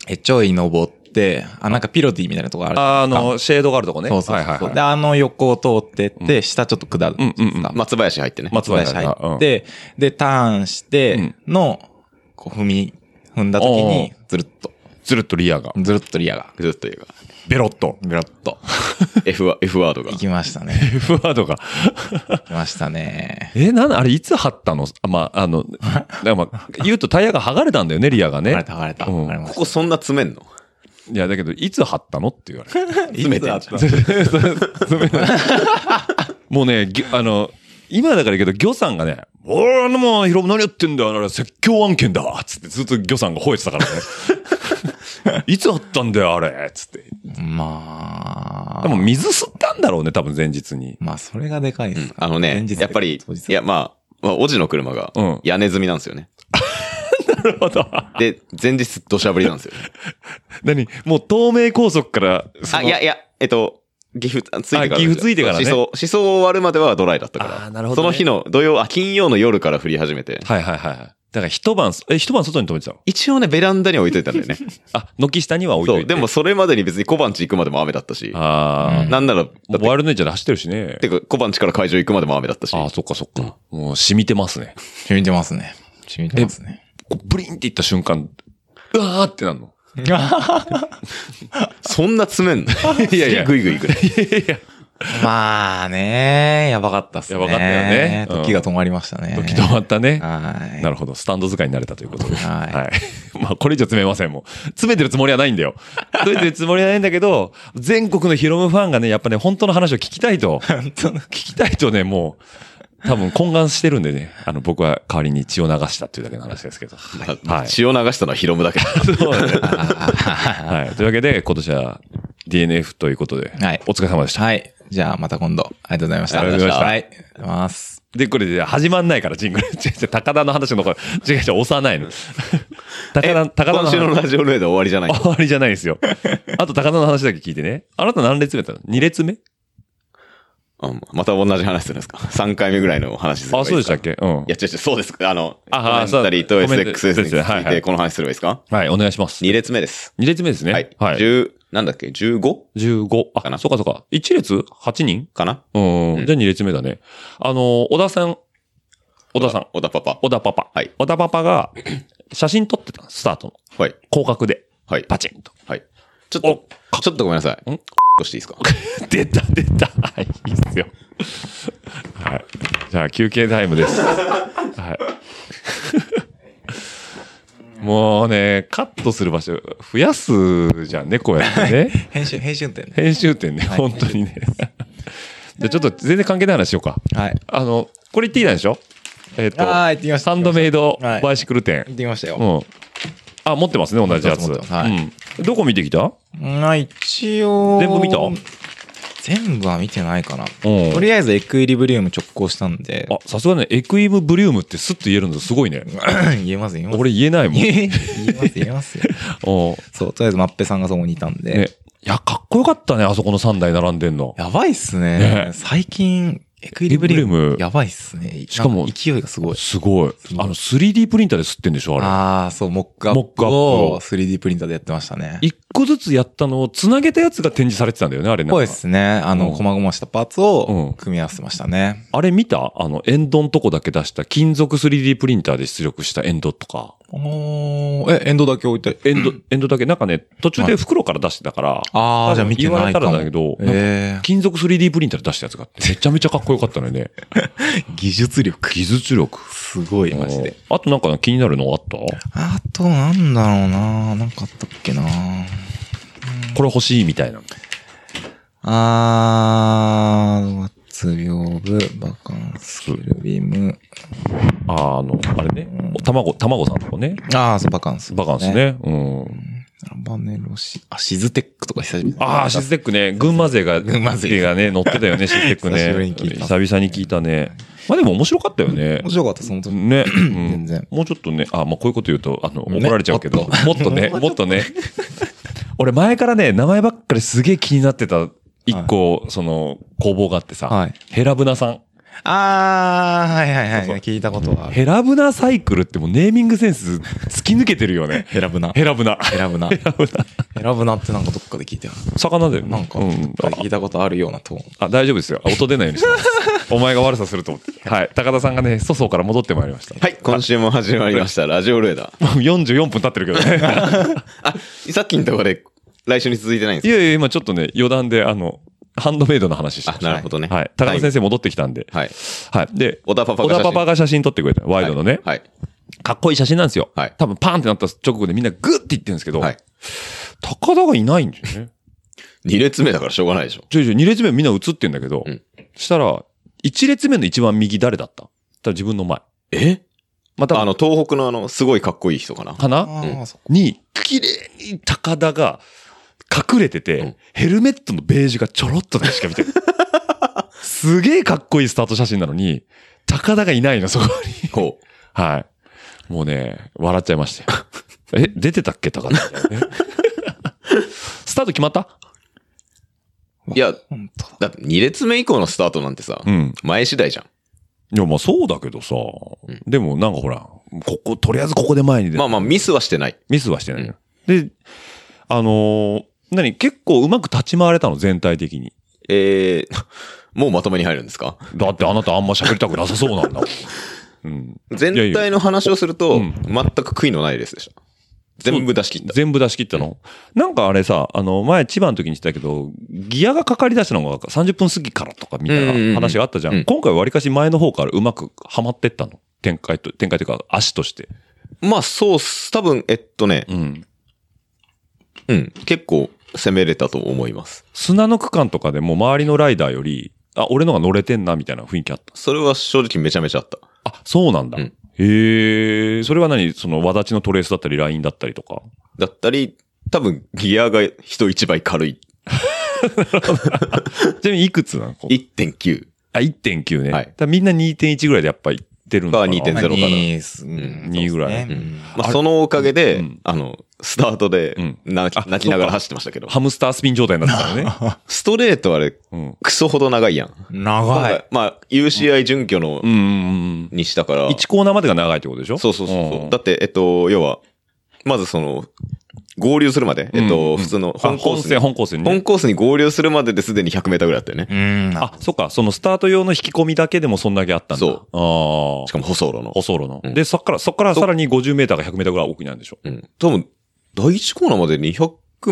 えーちょい登って、あ、なんかピロディみたいなとこある。あの、シェードがあるとこね。そうそうはいそう、はいはいで、あの横を通ってって、下ちょっと下るんですか。うんうんうん松林入ってね。松松林林入がうんって、で、ターンしての、こう踏み、踏んだ時に、ずるっと、ずるっとリアが。ずるっとリアが、ずっと言うか。ベロッと。 ベロッと、 F ワ F ワードが行。きましたね。 F ワードが。行きましたね。え、なんだあれ、いつ貼ったのあまあ、あ の、だからまあ、言うとタイヤが剥がれたんだよね、リアが剥がれねた、。剥がれた。うん剥がれまこしこそんな詰めんのいや、だけど、いつ貼ったのって言われて。た。詰めて んじゃん。もうね、ぎゅあの、今だから言うけど、魚さんがね、おー、あのもう、ヒロム何やってんだよ、あれ、説教案件だっつって、ずっと魚さんが吠えてた からね。いつあったんだよ、あれっつって。まであ。も、水吸ったんだろうね、多分前日に。まあ、それがでかいです。あのね現実、的やっぱり当、日いや、まあ、まあ、おじの車がうん、屋根済みなんですよね。なるほど。 で、前日土砂降りなん ですよね。何もう、東名高速から、そあ、のいやいや、えっと、岐阜、あついてから。あ岐阜着いてからね思想、思想終わるまではドライだったから。あーなるほどねその日の土曜、あ、金曜の夜から降り始めて。はいはいはいはい。だから一晩、え、一晩外に止めてたの一応ね、ベランダには置いといたんだよ ね。あ、軒下には置いといそて。う。でも、それまでに別に小判地行くまでも雨だったし。ああ、うんなんなら、だっもうワイルドネイチャーで走ってるしね。て、てか小判地から会場行くまでも雨だったし。ああ、そっかそっか。もう染みてますね。染みてますね。染みてますね。こうブリンっていった瞬間、うわーってなるの。そんな詰めんの い やいやぐいぐい行くね。まあね、やばかったっすね。やばかったよねうん時が止まりましたね。時止まったね。はい。なるほど。スタンド使いになれたということで。はいい まあ、これ以上詰めません、もう。詰めてるつもりはないんだよ。詰めてるつもりはないんだけど、全国のヒロムファンがね、やっぱね、本当の話を聞きたいと。本当の聞きたいとね、もう、多分懇願してるんでね、あの、僕は代わりに血を流したっていうだけの話ですけど。ま はあい。血を流したのはヒロムだけど。そうだねはい。というわけで、今年は DNF ということで、はいお疲れ様でした。はい。じゃあ、また今度。ありがとうございました。ありがとうございましたはい。ありがとうございます。で、これで始まんないから、ジングル。違 う違う、高田の話のこれ、違う違う、押 さないの。高え田、高田の今話週のラジオルエダ終わりじゃない。終わりじゃないですよ。あと高田の話だけ聞いてね。あなた何列目だったの ?2 列目うんまた同じ話するんですか ?3 回目ぐらいの話すればいあ、いですかそうでしたっけうんい。や、違う違う、そうです。あの、あコメンタリーとそうコメント SXS につはいいはて、いこの話すればいいですかはい、お願いします。 ?2 2列目です。列目ですね。はい。はい。 10、なんだっけ ?15? 15。かあ、なそうかそうか。1列 ?8 人かなう。うんんじゃあ2列目だね。あの、小田さん、小田さん、小田パパ。小田パパ。はい小田パパが、写真撮ってたのスタートの。はい。広角で。はい。パチンと。はい。ちょっと、ちょっとごめんなさい。ん押していいですか 出た、出た。はい、いいっすよ。はい。じゃあ、休憩タイムです。はい。 もうね、カットする場所増やすじゃんね、こうやってね。編集、編集点ね。編集点ね、はい本当にね。じゃあ、ちょっと全然関係ない話しようか。はい。あの、これ言っていいなんでしょえっ、あーと、言ってきましたサンドメイドはいバイシクル店行っ。てきましたよ。うん。あ、持ってますね、同じやつ。持ってますはいうん。どこ見てきたまあ、一応。全部見た全部は見てないかな。うんとりあえずエクイリブリウム直行したんで。あ、さすがね、エクイムブリウムってスッと言えるのすごいね。 言えます、言えます。俺言えないもん。 言えます、言え ますよ。おそう、とりあえずマッペさんがそこにいたんで。ね。いや、かっこよかったね、あそこの3台並んでんの。やばいっすね。ね最近、エクイリブリウエクイリブリウムム。やばいっすね。しかもなん勢いがすごい。すごい。ごいあの、3D プリンターで吸ってんでしょ、あああ、そう、モックアッモックプアップをを 3D プリンターでやってましたね。れ。一個ずつやったのを繋げたやつが展示されてたんだよね、あれなんかぽいですね。あうの、ん細々したパーツうんを組み合わせてましたね。あれ見たあの、エンドんとこだけ出した金属 3D プリンターで出力したエンドとか。おーえ、エンドだけ置いて。エンド、エンドだけ、なんかね、途中で袋から出してたから、ああ、じゃあ見てな言われいかも。たらだけどえ金属 3D プリンターで出したやつがあって、めちゃめちゃかっこよかったのよね。え技術力。技術力。すごい、マジで。あとなんか気になるのあったあと、なんだろうななんかあったっけなこれ欲しいみたいな。あー、圧屏風、バカンス、キルビーム。あーあの、あれね。卵、卵さんとかね。あー、そう、バカンス、バカンス。ね。うん。バネロシ、あ、シズテックとか久しぶりああ、シズテックね。群馬勢が、 群馬勢がね、乗ってた よね、シズテックね。久しぶりに聞いた久々に聞いたね。まあでも面白かったよね。面白かった、その時。ね。うん全然もうちょっとね、あ、まあこういうこと言うと、あの、ね怒られちゃうけど、ももっと ね、もっとね。俺前からね、名前ばっかりすげえ気になってた一個、その、工房があってさ、はいヘラブナさん。あー、はいはいはい。聞いたことはある。ヘラブナサイクルってもうネーミングセンス突き抜けてるよね。 ヘラブナ。ヘラブナ。ヘラブナ。ヘラブナってなんかどっかで聞いたよ魚だよね。なんか、う聞いたことあるようなと。あ、大丈夫ですよ。あ音出ないようにしてます。 お前が悪さすると思って。はい。高田さんがね、粗相から戻ってまいりました。はい、今週も始まりました。ラジオルエダ。もう44分経ってるけど ね。あ、さっきのところで来週に続いてないんいですやいや、今ちょっとね、余談で、あの、ハンドメイドの話してまかあ、した。なるほどね。はい。高田先生戻ってきたんで。はい。はい。で、小田パパ小が写田真パパが写真撮ってくれた。ワイドのね。はい。かっこいい写真なんですよ。はい多分パーンってなった直後でみんなグッて言ってるんですけど、はい。高田がいないんですよね。 2列目だからしょうがないでしょ。ちょいちょい2列目みんな映ってんだけど、うんしたら、1列目の一番右誰だった多分自分の前。えまた、あの、東北のあの、すごいかっこいい人かな。かなああ、そっか。に、綺麗に高田が隠れてて、うんヘルメットのベージュがちょろっとだけしか 見てない。すげえかっこいいスタート写真なのに、高田がいないの、そこに。ほう。はい。もうね、笑っちゃいましたよ。 え、出てたっけ高田みたいなね。 スタート決まったいや、本当だ。だって2列目以降のスタートなんてさ、ん。前次第じゃん。いや、まあそうだけどさ、んでもなんかほら、ここ、とりあえずここで前に出てまあまあ、ミスはしてない。ミスはしてないよ。で、あのー何結構うまく立ち回れたの、全体的に。えー、 もうまとめに入るんですかだってあなたあんま喋りたくなさそうなんだもん。うん。全体の話をするうと、ん全く悔いのないレースでした。全部出し切った。全部出し切ったの、なんかあれさ、あの、前千葉の時に言ってたけど、ギアがかかり出したのが30分過ぎからとかみたうんうんいうなん話があったじゃん。うん今回わりかし前の方からうまくはまってったの。展開と、展開というか足として。まあ、そうっす。多分、えっとね、うん。うん。結構攻めれたと思います。砂の区間とかでも周りのライダーより、あ、俺のが乗れてんなみたいな雰囲気あった。それは正直めちゃめちゃあった。あ、そうなんだ。うんへえ、それは何その、わだちのトレースだったり、ラインだったりとか。だったり、多分、ギアが人一倍軽い。ちなみにいくつなの1.9。あ、1.9ね。はいだからみんな2.1ぐらいでやっぱいってるのかな。が2.0ゼロかな二すうん二ぐらいそうですねまあ、そのおかげで、うんあの、スタートでうん泣あき、泣きながら走ってましたけど、ハムスタースピン状態になってたよね。 ストレートあれ、うん。クソほど長いやん。うん長今い回。まあ、UCI 準拠のうんうんにしたから、うん。1コーナーまでが長いってことでしょそうそうそうそう。んだって、えっと、要は、まずその、合流するまで、えっうんうと、ん普通のあ本コー本スに線、、本コースに本ね。コースに合流するまでですでに100メーターぐらいあったよね。うん。あ、そっか。そのスタート用の引き込みだけでもそんだけあったんだ。そうあしあ。かも舗装路の。舗装路の。うんで、そっから、そっからさらに50メーターが100メーターぐらい多くなるんでしょ。うん。多分、第1コーナーまで200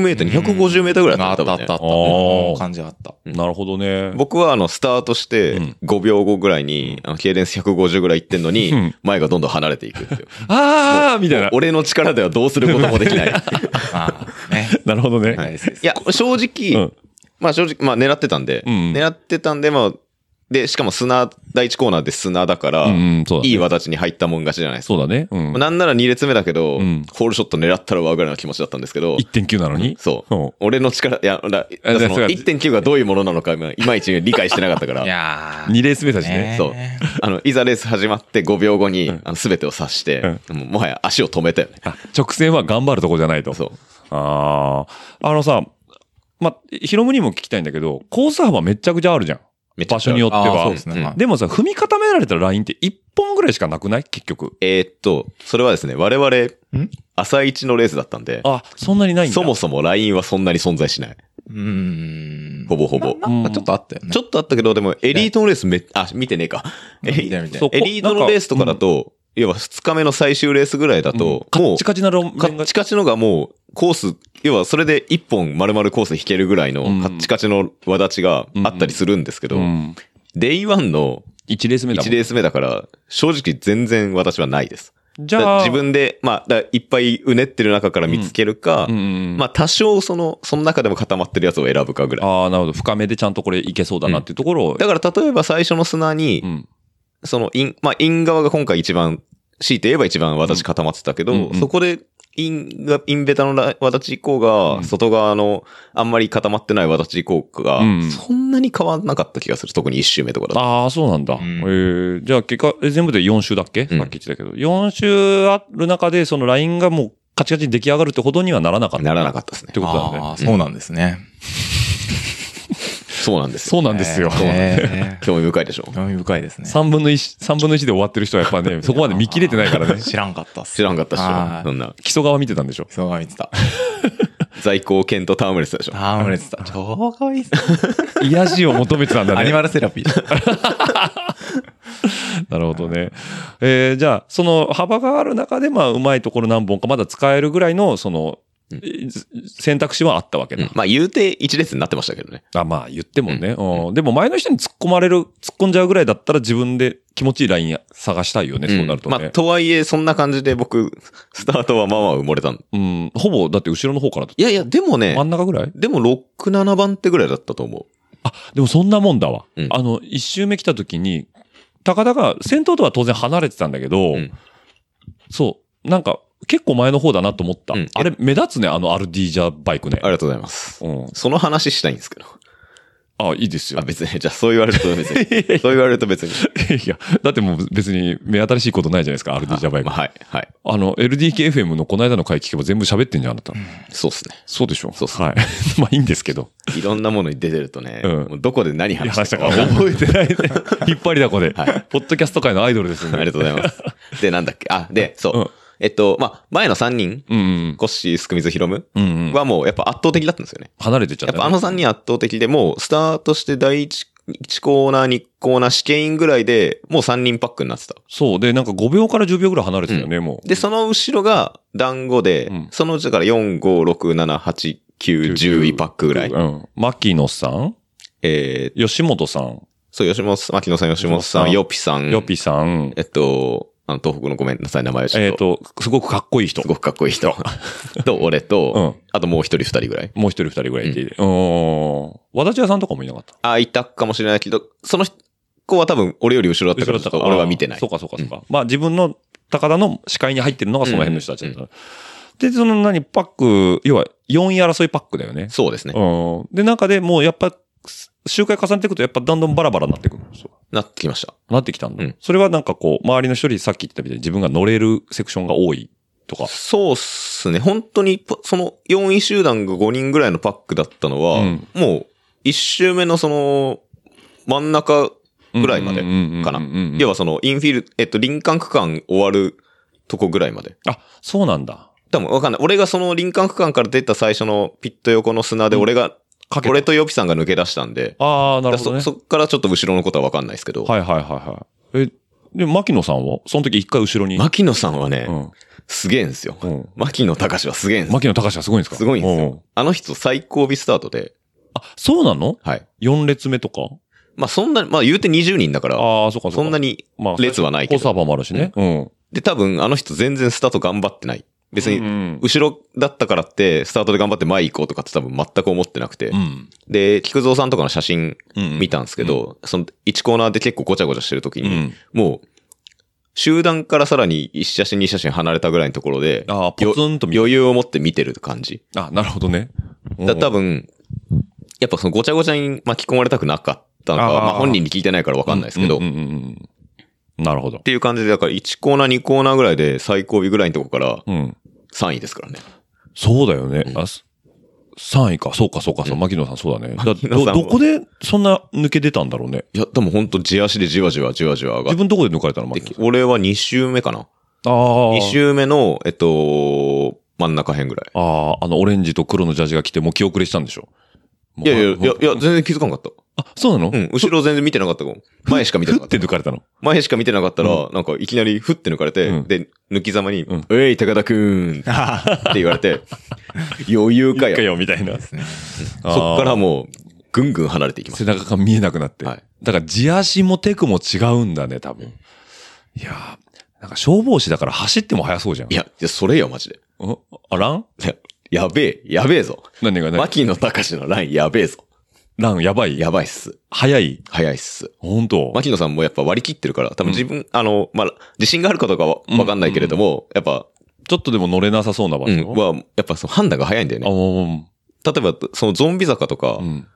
メーター、250メーターぐらいああっったた、あ多分ったあねっ。た。あー感じあった。うんなるほどね。僕はあの、スタートしてうん、 5秒後ぐらいに、あの、ケイデンス150ぐらい行ってんのうにん、前がどんどん離れていくっていう。ああ みたいもなう。俺の力ではどうすることもでき ない。ああ、ね。なるほどね。はいいいや、正直、うんまあ正直、まあ狙ってたんで、うんうん狙ってたんで、まあ、で、しかも砂、第一コーナーで砂だから、うんうん、そうだね。いい形に入ったもん勝ちじゃないですか。そうだね。うん。なんなら2列目だけど、うんホールショット狙ったらわぐらいの気持ちだったんですけど、 1.9なのにそう。うん俺の力、いや、だだそあのそうか1.9がどういうものなのか、いまいち理解してなかったか いら、やー2レース目だしね。そうね。あの、いざレース始まって5秒後に、あの全てを察して、もうもはや足を止めたよね。あ直線は頑張るとこじゃないと。そう。ああ。あのさ、ま、ヒロムにも聞きたいんだけど、コース幅めっちゃくちゃあるじゃん。めっちゃ場所によってあーは。そうですね。うんはいでもさ、踏み固められたラインって1本ぐらいしかなくない結局。えーっと、それはですね、我々ん、朝一のレースだったんで、あ、そんなにないんだ。そもそも LINE はそんなに存在しない。うーん。ほぼほぼ。うんなんかちょっとあったよ ね。ちょっとあったけど、でも、エリートのレースめっ、あ、見てねえか。エみリたいみたいそうこな。エリートなんのかレースとかだと、いわば2日目の最終レースぐらいだと、うんカもッうチ、カチな路面カがッチカチのがもう、コース、要はそれで1本丸々コース引けるぐらいのうんカッチカチの輪立ちがあったりするんですけどう、ん。デイ1の1レース目だも1ん。レース目だから、正直全然私はないです。じゃあ、自分で、まあ、だいっぱいうねってる中から見つけるか、うんうんうんまあ多少その、その中でも固まってるやつを選ぶかぐらい。ああ、なるほど。深めでちゃんとこれいけそうだなっていうところを。だから例えば最初の砂に、うん。そのイン、まあイン側が今回一番、強いて言えば一番私固まってたけど、うんうんそこで、インが、インベタのら私以降うが、ん外側の、あんまり固まってない私以降がうん、そんなに変わんなかった気がする。特に一周目とかだと。ああ、そうなんだ。んえーじゃあ結果、え全部で4週だっけ、うんさっき言ってたけど。4週ある中で、そのラインがもうカチカチに出来上がるってほどにはならなかった。ならなっかったですてね。ことだよあね。ーそうなんですね。そうなんですよ。そうなんですよ。えー興味深いでしょ。 興味深いですね。。3分の1、三分の一で終わってる人はやっぱ ね、そこまで見切れてないからね 知らんかったっす。知らんかったっしはょ。いそんな。基礎側見てたんでしょ。そうが見てた。在庫犬と戯れてたでしょ。あー、俺てた。超かわいいっす ね。癒しを求めてたん だね。 アニマルセラピー。なるほどね。えーじゃあ、その幅がある中で、まあ、うまいところ何本かまだ使えるぐらいの、その、うんえ選択肢はあったわけだ。まあ言うて一列になってましたけどね。あまあ、言ってもね、うんでも、前の人に突っ込まれる、突っ込んじゃうぐらいだったら自分で気持ちいいライン探したいよね、そうなるとまあね。とはいえそんな感じで僕、スタートはまあまあ埋もれたん。うん。ほぼ、だって後ろの方からだっいやいや、でもたね真、ん中ぐらいでも6、7番手ぐらいだったと思う。あ、でもそんなもんだわ。うんあの、一周目来た時に、高田が先頭とは当然離れてたんだけど、うんそう、なんか、結構前の方だなと思った。うんあれ、目立つね、あのアルディージャバイクね。ありがとうございます。うん。その話したいんですけど。 あ、いいですよあ、。別に、じゃあそう言われると別 に。そう言われると別に。いや、だってもう別に目新しいことないじゃないですか、RD ジャバイク。まあはい、はい。あの、LDKFM のこの間の回聞けば全部喋ってんじゃん、あなた。そうっすね。そうでしょそうそうはい。 まあいいんですけど。いろんなものに出てるとね、うんもうどこで何話話ししたたかか。覚えてないね。 引っ張りだこで。はいポッドキャスト界のアイドルですありね。がとうございます。で、なんだっけ。あ、で、そう。うんえっと、まあ、前の3人、うんうん。コッシー、スクミズ、ヒロムうんうん。はもうやっぱ圧倒的だったんですよね。離れてっちゃっやたっね。ぱあの3人圧倒的で、もうスタートして第 1, コーナー、2コーナー、試験員ぐらいで、もう3人パックになってた。そう。で、なんか5秒から10秒ぐらい離れてたよね、もう。で、その後ろが団子で、うんそのうちだから4、5、6、7、8、9、10パックぐらい。うん。牧野さんえー、吉本さんそう、吉本さん、牧野さん、吉本さ吉本さんん、ヨピさん、よぴさんえっと、あの、東北のごめんなさい、名前をちょえっっと。と、すごくかっこいい人す。ごくかっこいい 人。と、俺うと、ん。あともう一人二人ぐらい。もう一人二人ぐらいいて。うん。和田千代さんとかもいなかった。あ、いたかもしれないけど、その子は多分俺より後ろだったから、ちょっと俺は見てなあーいそ。うかそうかそうか。まあ自分の高田の視界に入ってるのがその辺の人たちだった。で、その何、パック、要は4位争いパックだよね。そうですね。うん。で、中でもうやっぱ、周回重ねていくとやっぱだんだんバラバラになってくるんですよ。なってきました。なってきたんだ。うんそれはなんかこう、周りの人よりさっき言ってたみたいに自分が乗れるセクションが多いとか。そうっすね。本当に、ぽその4位集団が5人ぐらいのパックだったのは、うんもう1周目のその真ん中、ぐらいまでかな要な。はそのインフィール、えっと、林間区間終わるとこぐらいまで。あ、そうなんだ。多分わかんない。俺がその林間区間から出た最初のピット横の砂で俺が、かけた俺とヨピさんが抜け出したんで、ああ、なるほど、ね。そそっからちょっと後ろのことはわかんないですけど、はいはいはいはい。え、で、牧野さんはその時一回後ろに。牧野さんはね、うん。すげえんですよ。うん。牧野隆はすげえんですよ。牧野隆はすごいんですかすごいんですうよ。あの人最後尾スタートで、あ、そうなのはい。 ?4 列目とかまあそんな、まあ言うて20人だから、ああ、そうかそうか。そんなにまあ列はないけ小ど。幅もあるしね。うん。で、多分あの人全然スタート頑張ってない。別うに、ん。後ろだったからって、スタートで頑張って前行こうとかって多分全く思ってなくて。うん。で、菊蔵さんとかの写真うん見たんですけど、その1コーナーで結構ごちゃごちゃしてる時うに、ん。もう、集団からさらに1写真2写真離れたぐらいのところで、ああ、ポツンと見余裕を持って見てる感じ。あ、なるほどね。だ多分、やっぱそのごちゃごちゃに巻き込まれたくなかったのか、あーまあ本人に聞いてないからわかんないですけど、うんうんうんうん。なるほどっ。ていう感じで、だから1コーナー、2コーナーぐらいで最後尾ぐらいのとこからうん。 3位ですからね。そうだよね。うんあす3位か。そうか、そうか、そう。牧野さん、そうだね。だ牧野さんどはどこでそんな抜け出たんだろうね。いや、でも本当地足でじわじわじわじわ上がっ自分どこで抜かれたの牧て野きさん。俺は2周目かな。ああ。 2周目の、えっと、真ん中辺ぐらい。ああ、あの、オレンジと黒のジャージが来て、もう気遅れしたんでしょ。もういやいやいや、いや、もう全然気づかなかっあ、そうなのた。うん、後ろ全然見てなかったかも。前しか見てなふかっってた。抜かれたの。前しか見てなかったら、なんかいきなりふって抜かれて、うんで、抜きざまに、うんおい、高田く んって言われて、余裕かいいかよ。よ、みたいな。ですね。そっからあもう、ぐんぐん離れていきーま背す。中が見えなくなって。はいだから、地足もテクも違うんだね、多分。いやーなんか消防士だから走っても速そうじゃん。いや、いやそれよ、マジで。んあ、ランいややべえ、やべえぞ。何が何牧野隆のラインやべえぞ。ランやばいやばいっす。速い早いっす。本当牧野さんもやっぱ割り切ってるから、多分自分、あの、まあ、自信があるかどうかはわかんないけれども、やっぱ、ちょっとでも乗れなさそうな場う所。ん、は、やっぱその判断が早いんだよあ、ね。も例えば、そのゾンビ坂とか、う、うん。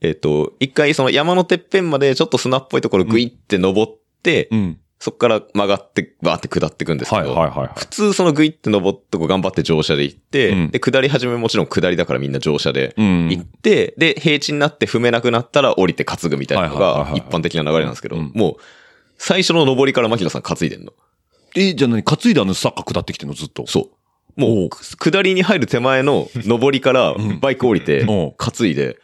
えっ、と、一回その山のてっぺんまでちょっと砂っぽいところグイって登って、うん。そこから曲がって、バーって下っていくんですけはいど、はいはいはい。普通そのグイって登っとこ頑張って乗車で行って、うんで、下り始めもちろん下りだからみんな乗車でうん。行って、で、平地になって踏めなくなったら降りて担ぐみたいなのはいはいはいがはい一般的な流れなんですけど、うんもう、最初の登りから牧野さん担いでんの。え、じゃあ何担いであのサッカー下ってきてんのずっと。そう。もおうう、く下りに入る手前 の上りからんバイク降りておう、担いで、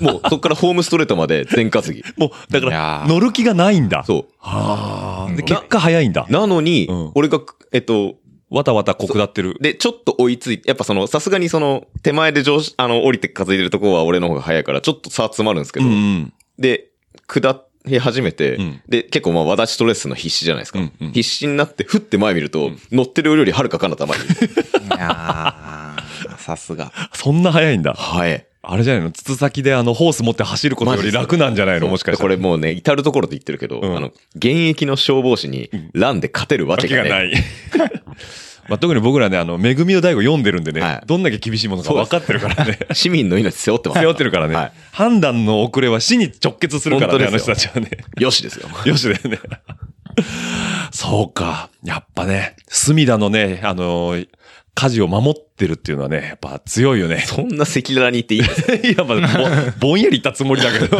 もうそこからホームストレートまで全担ぎ。もう、だかいら、やー乗る気がないんだ。そはあ。で、うん結果早いんだう。。なのに、うん俺が、えっと、わたわたこくだってる。で、ちょっと追いついて、やっぱその、さすがにその、手前で上司、あの、降りて担いでるとこは俺の方が早いから、ちょっと差詰まるんですけうど、んうん。で、下り始めて、うんで、結構まあ、私トレッスの必死じゃないですか。うんうん必死になって、ふって前見ると、乗ってるよりはるか彼方前に。 い やーさすが。そんな早いんだ。はい。あれじゃないの筒先であの、ホース持って走ることより楽なんじゃないのもしかして。これもうね、至るところで言ってるけど、うんあの、現役の消防士に、ランで勝てるわわけけががない。ない。 まあ、特に僕らね、あの、めぐみの大悟読んでるんでね、はいどんだけ厳しいものか分かってる からね。市民の命背負ってます。 背負ってるからね、は判断の遅れは死に直結するからね、あ本の当で人すよたちはね。い。よしですよ。よしだよね。そうか。やっぱね、隅田のね、あのー火事を守ってるっていうのはね、やっぱ強いよね。そんな赤裸々に言っていいんですかいや、まあ、ぼぼんやり言ったつもり だけど。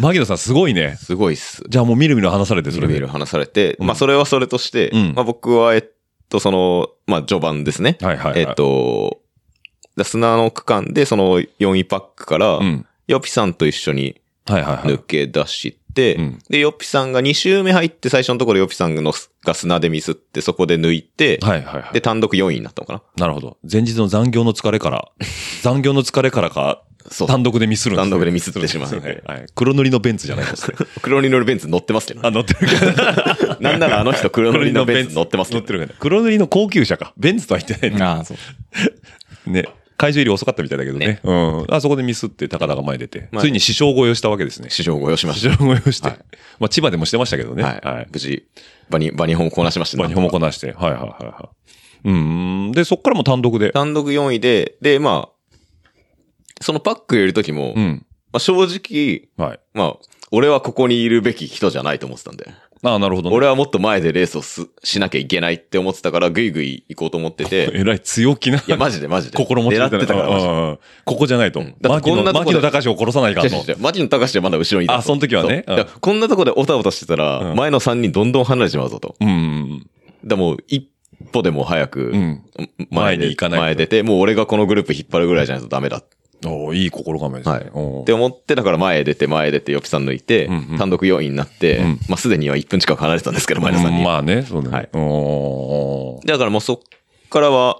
牧野さん すごいね。すごいっす。じゃあもうみるみる話されて、そそれれで。メール話されて、うんまあそれはそれとして、うんまあ僕は、えっと、その、まあ序盤ですね。はいはいはい。えっ、と、だ砂の区間でその4位パックからう、ん。ヨピさんと一緒にはいはいはい抜。け出して、うんで、ヨピさんが2周目入って最初のところヨピさんのが砂でミスって、そこで抜いて、はいはいはで、い。単独4位になったのかななるほど。前日の残業の疲れから、残業の疲れからか、そう単独でミスるんです単ね独でミスってしまうそうですねはい。黒塗りのベンツじゃないですね。黒に乗るベンツ乗ってますけどあ、ね。 乗ってるけどなんならあの人黒塗りのベンツ乗ってますけ乗っどてるけどね黒塗りの高級車か。ベンツとは言ってないね。ああ、そう。ね。会場入り遅かったみたいだけどね。うん。あそこでミスって高田が前出て。まあついに師匠越えをしたわけですね。市場ご用しま師し匠越えをしてはい。まあ、千葉でもしてましたけどね。た。ははいい。。無事、バニ、バニホンをこなしましたねまあ、日本もこなして。はいはいはいはい。うーん。で、そっからも単独で。単独4位で、で、まあ、そのパックやるときも、うまん。あ正直、はい。まあ、俺はここにいるべき人じゃないと思ってたんで。ああ、なるほどね。俺はもっと前でレースをすしなきゃいけないって思ってたから、ぐいぐい行こうと思ってて、 えらい強気な。いや、マジでマジで。心持ち狙ってたから、マジでら。ここじゃないと。んだって牧こん野なとこ牧で野隆を殺さないかん違う違とう違。う。マジの高橋はまだ後ろにいたと。あその時はねそううんだからこんなとこでオタオタしてたうら、ん前の3人どんどん離れちまうぞと。うん。でも、一歩でも早くう、ん。前に行かないと前出て、もう俺がこのグループ引っ張るぐらいじゃないとダメだっおーいい心構えですはいね。おーて思って、だから前へ出て、前へ出て、ヨピさん抜いてうんうん、単独4位になってうん、まあすでには1分近く離れてたんですけど、前田さんうんに。まあね、そうだね。はいおーだからもうそっからは、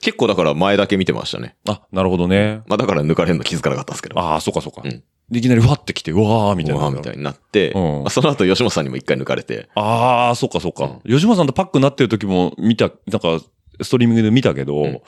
結構だから前だけ見てましたね。あ、なるほどね。まあだから抜かれるの気づかなかったんですけど。ああ、そうかそうか。うんでいきなりわってきて、うわーみたいごな。飯みたいになって、うんまあその後吉本さんにも一回抜かれて、ああ、そうかそうか。吉本さんとパックになってる時も見た、なんか、ストリーミングで見たけど、うん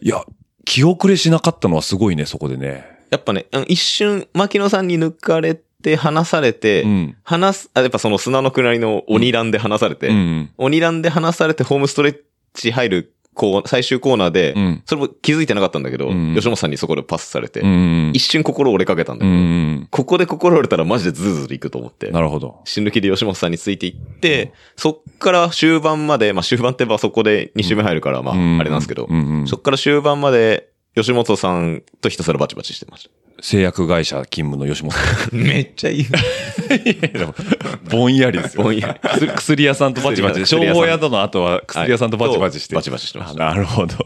いや、気遅れしなかったのはすごいね、そこでね。やっぱね、あの一瞬、牧野さんに抜かれて、離されて、うん。離す、あ、やっぱその砂のくなりの鬼ランで離されて、うん。鬼ランで離されてホームストレッチ入るこう、最終コーナーで、うんそれも気づいてなかったんだけど、うん吉本さんにそこでパスされて、うん一瞬心折れかけたんだけうど、ん。ここで心折れたらマジでズルズルいくと思ってな、るほど。死ぬ気で吉本さんについていって、そっから終盤まで、まあ終盤ってばそこで2周目入るから、まあうんあれなんですけど、うんうんそっから終盤まで、吉本さんとひたすらバチバチしてました。製薬会社勤務の吉本さん。めっちゃいい。ぼんやりですよ。ぼんやり薬薬屋さんとバチバチで。薬消屋さん防宿の後は薬屋さんとバチバチして。はいとバチバチしてましたあなるほど。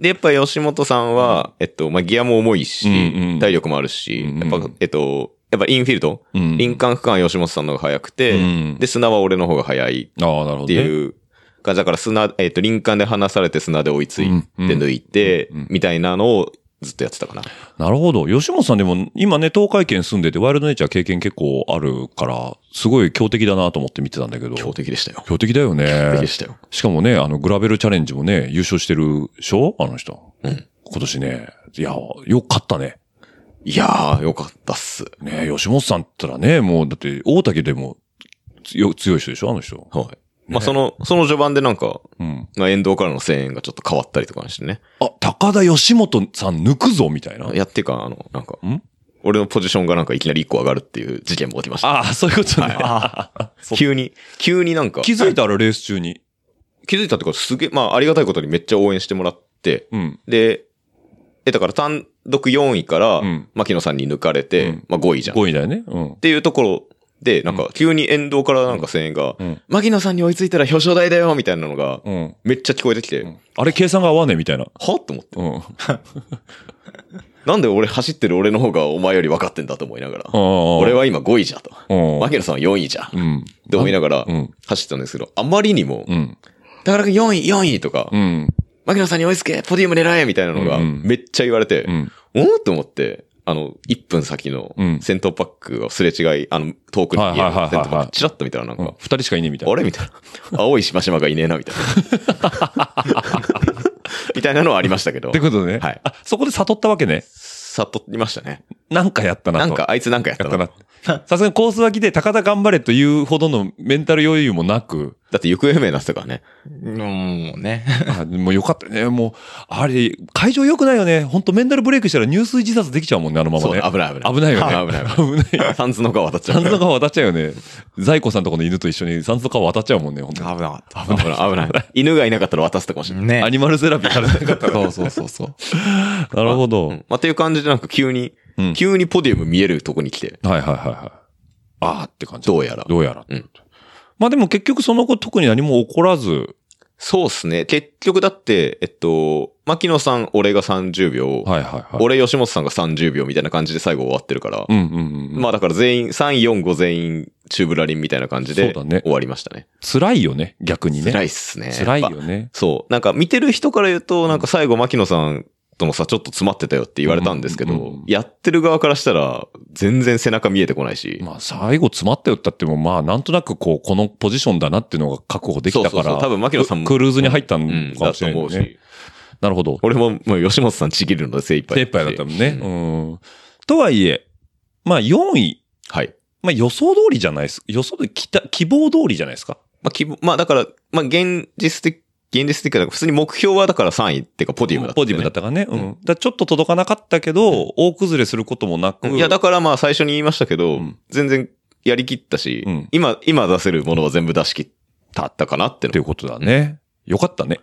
で、やっぱ吉本さんは、えっと、まあ、ギアも重いし、うんうん体力もあるし、うんうんやっぱ、えっと、やっぱインフィールド、うん林間区間は吉本さんの方が早くて、うんで、砂は俺の方が早いああ、なるほど ね。っていう感じだから砂、えっと、林間で離されて砂で追いついてうんうん抜いてうんうん、みたいなのをずっとやってたかな。なるほど。吉本さんでも今ね、東海圏住んでて、ワイルドネイチャー経験結構あるから、すごい強敵だなと思って見てたんだけど。強敵でしたよ。強敵だよ強敵ねで。したよ。しかもね、あの、グラベルチャレンジもね、優勝してるでしょあの人。うん今年ね。いや、よかったね。いやー、よかったっす。ね吉本さんったらね、もう、だって、大竹でも強強い人でしょあの人。はい。まあ、その、その序盤でなんか、うん。まあ、沿道からの声援がちょっと変わったりとかしてね。あ、高田吉本さん抜くぞみたいな。いやっていうか、あの、なんかん、俺のポジションがなんかいきなり一個上がるっていう事件も起きました。ああ、そういうことね。急に、急になんか、気づいたらレース中に。気づいたっていうか、すげえ、まあ、ありがたいことにめっちゃ応援してもらって、うん。で、え、だから単独4位から、うん牧野さんに抜かれて、うんまあ5位じゃん。っ5位だよね。うん。ていうところで、なんか、急に沿道からなんか声援が、うん牧野さんに追いついたら表彰台だよみたいなのが、うん。めっちゃ聞こえてきて、うんあれ計算が合わねえみたいな。はと思って。うん。なんで俺走ってる俺の方がお前より分かってんだと思いながら、俺俺は今5位じゃと。は牧野さんは4位じゃ。っうん。て思いながらうん、走ってたんですけど、あまりにも、うん。だから4位、4位とかう、ん。牧野さんに追いつけ、ポディウム狙えみたいなのが、うんめっちゃ言われて、うん。おおと思って、あの、1分先のうん先頭パックをすれ違い、あの、遠くに見えるはいはいはいはい先頭パック、チラッと見たらなんうんか、二人しかいねえみたいな。あれみたいな。青いしましまがいねえな、みたいな。 みたいなのはありましたけどって、ことでね。はいあ、そこで悟ったわけね。悟りましたね。なんかやったななと。んか、あいつなんかやったやっな。ただな。 さすがにコース脇で高田頑張れというほどのメンタル余裕もなく、って行方不明になってたからね。もうね。あもうよかったね。もう、あれ、会場良くないよね。本当メンタルブレイクしたら入水自殺できちゃうもんね、あのままそう、ね。危ない危ない。危ないよね。 危ない危ない。危ない。 サンズの川渡っちゃ三う。途の川渡っちゃうよね。在庫さんとこの犬と一緒に三途の川渡っちゃうもんね、本危当なに。かっ危ない危ない。犬がいなかったら渡すとかもしれた。ない。ねア。ニマルセラピーされてなかったそうそうそうそう。なるほど。うんまあ、っていう感じでなんか急に、うん急にポディウム見えるとこに来て、はいはいはいはい。あーって感じ。どうやら。どうやら。うんまあでも結局その後特に何も起こらず、そうっすね。結局だって、えっと、牧野さん、俺が30秒、はいはいはい。俺、吉本さんが30秒みたいな感じで最後終わってるから、うんうんうん。ままあだから全員、3、4、5全員、チューブラリンみたいな感じで、そうだね終わりましたね。辛いよね、逆にね。辛いっすすね。辛いよやっぱ。ね。そう。なんか見てる人から言うと、なんか最後、牧野さんとのさ、ちょっと詰まってたよって言われたんですけど、うんうんうんやってる側からしたら、全然背中見えてこないし、まあ最後詰まったよったっても、まあなんとなくこう、このポジションだなっていうのが確保できたから。そうそうそう多分牧野さんもククルーズに入ったうんん、かだもしとれな思いうねし。、なるほど。俺も、もう吉本さんちぎるので精一杯。精一杯だったもんね。うん。とはいえ、まあ4位、はい。まあ予想通りじゃないです。予想通り、きた希望通りじゃないですか。まあ、希望、まあだから、まあ現実的、現実的だから、普通に目標はだから3位っていうかポディウムだった、ポジティブだったからね。うん。だからちょっと届かなかったけど、大崩れすることもなく。うんいや、だからまあ最初に言いましたけど、うん全然やりきったし、うん今、今出せるものは全部出し切ったったかなってっていの。うことだね。よかったね。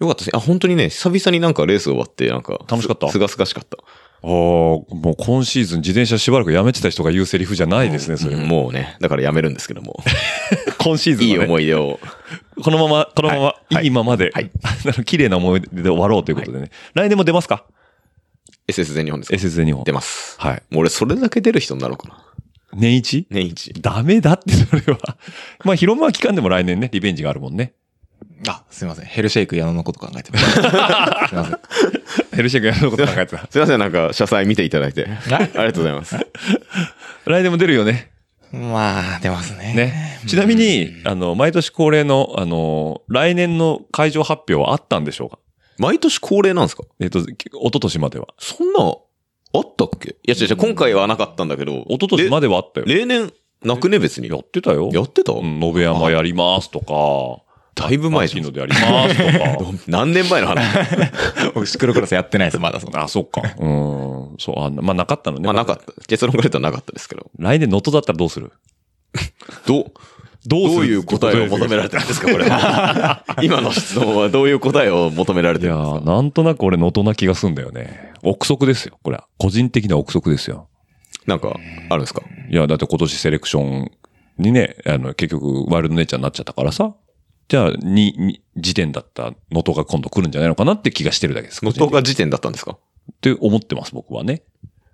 よかったですね。あ、本当にね、久々になんかレース終わって、なんか。楽しかったすすがすがしかった。ああ、もう今シーズン自転車しばらくやめてた人が言うセリフじゃないですね、それ。うんもうね、だからやめるんですけど も。今シーズンいいは、ね。思い出を。このまま、このまま、はいいはいい、ままで、はいあの綺麗な思い出で終わろうということでね。来年も出ますか SS 全日本ですか ?SS 日本出。ます。はい。もう俺それだけ出る人になろうかな。年一年一。ダメだって、それは。 まあ、広間期間でも来年ね、リベンジがあるもんね。あ、すいません。ヘルシェイク矢野のこと考えて ます。すいません。ヘルシェイクやること考え てた。すいません、なんか、車載見ていただ いて。ありがとうございます。来年も出るよね。まあ、出ますね。ね。ちなみに、あの、毎年恒例の、あの、来年の会場発表はあったんでしょうか毎年恒例なんですかえっ、と、き一昨年までは。そんな、あったっけいや違う違う、今回はなかったんだけど。一昨年まではあったよ。例年、なくね、別に。やってたよ。やってた、うん、延山やりますとか、だいぶ前じ秋ゃんの。であ りますとか。何年前の 話僕、シクロクロスやってないです、まだそんな。あ、そっか。うん。そう、あまあなかったのね。まあなかった。結論が出たらなかったですけど。来年能登だったらどうするどう、どうするいう答えを求められてるんですか、これ は。今の質問はどういう答えを求められいてやるんですー、かなんとなく俺能登な気がすんだよね。憶測ですよ。これは。個人的な憶測ですよ。なんか、あるんですかいや、だって今年セレクションにね、あの、結局、ワイルドネイチャーになっちゃったからさ。じゃあ、に、に、時点だった能登が今度来るんじゃないのかなって気がしてるだけです。能登が時点だったんですかって思ってます、僕はね。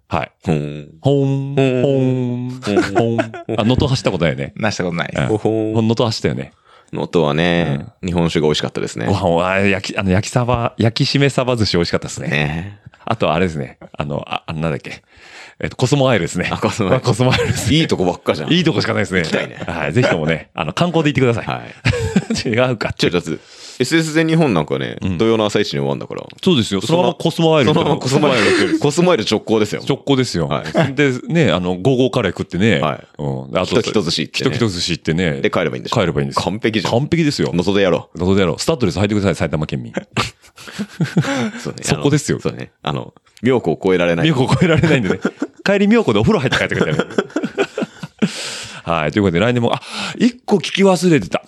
はい。うん。ほーん、ほーーん、ほーん。あ、能登走ったことだよね。 なしたことないです。うんほほん能登走ったよね。能登はね、日本酒が美味しかったですねご。飯は、あ焼き、あの、焼きサバ、焼きしめサバ寿司美味しかったですね。ねあと、あれですね。あの、あ、あのなんだっけ。えっと、コスモアイルですね。あコスモアイルコスモアイルです。いいとこばっかじゃん。いいとこしかないですね。行きたいねはい。ぜひともね、あの、観光で行ってください。はい。 違うかって違う、だって、SS 全日本なんかね、土曜の朝一に終わんだから。そうですよ。そのままコスモアイルそのままコスマイル、コスマイル直行ですよ。直行ですよ。はで、ね、あの、ゴーゴーカレー食ってね。はいうん。あひときと寿司行っひてとねきと寿司行ってね。で帰ればいいんでしょ帰ればいいんですよ。完璧じゃん完璧ですよ。能登でやろどうだろう。スタッドレス履いてください、埼玉県民。う。そうねそこですよあのそうね。あの、妙子を超えられない。妙子超えられないん でね。帰り妙子でお風呂入って帰ってくださいね。はい。ということで、来年も、あ、一個聞き忘れてた。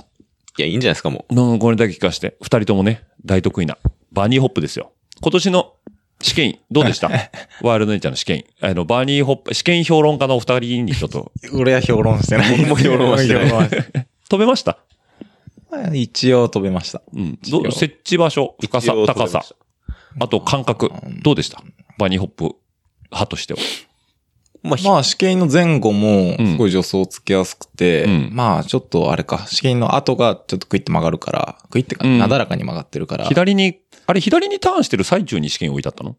いや、いいんじゃないですか、もうんこれだけ聞かして。二人ともね、大得意な。バニーホップですよ。今年の試験員、どう でしたワイルドネイチャーの試験員。あの、バニーホップ、試験評論家のお二人にちょっ と、俺は評論してない。僕も評論はしてないい。飛べました 一応飛べました。うん。どう設置場所、深さ一、応飛べ高ましたさ、あと感覚、どうでしたバニーホップ派としては。まあ、試験の前後も、うんすごい助走つけやすくて、うんまあ、ちょっとあれか、試験の後がちょっとクイッて曲がるから、クイッてか、うんなだらかに曲がってるから。左に、あれ左にターンしてる最中に試験置いてあったの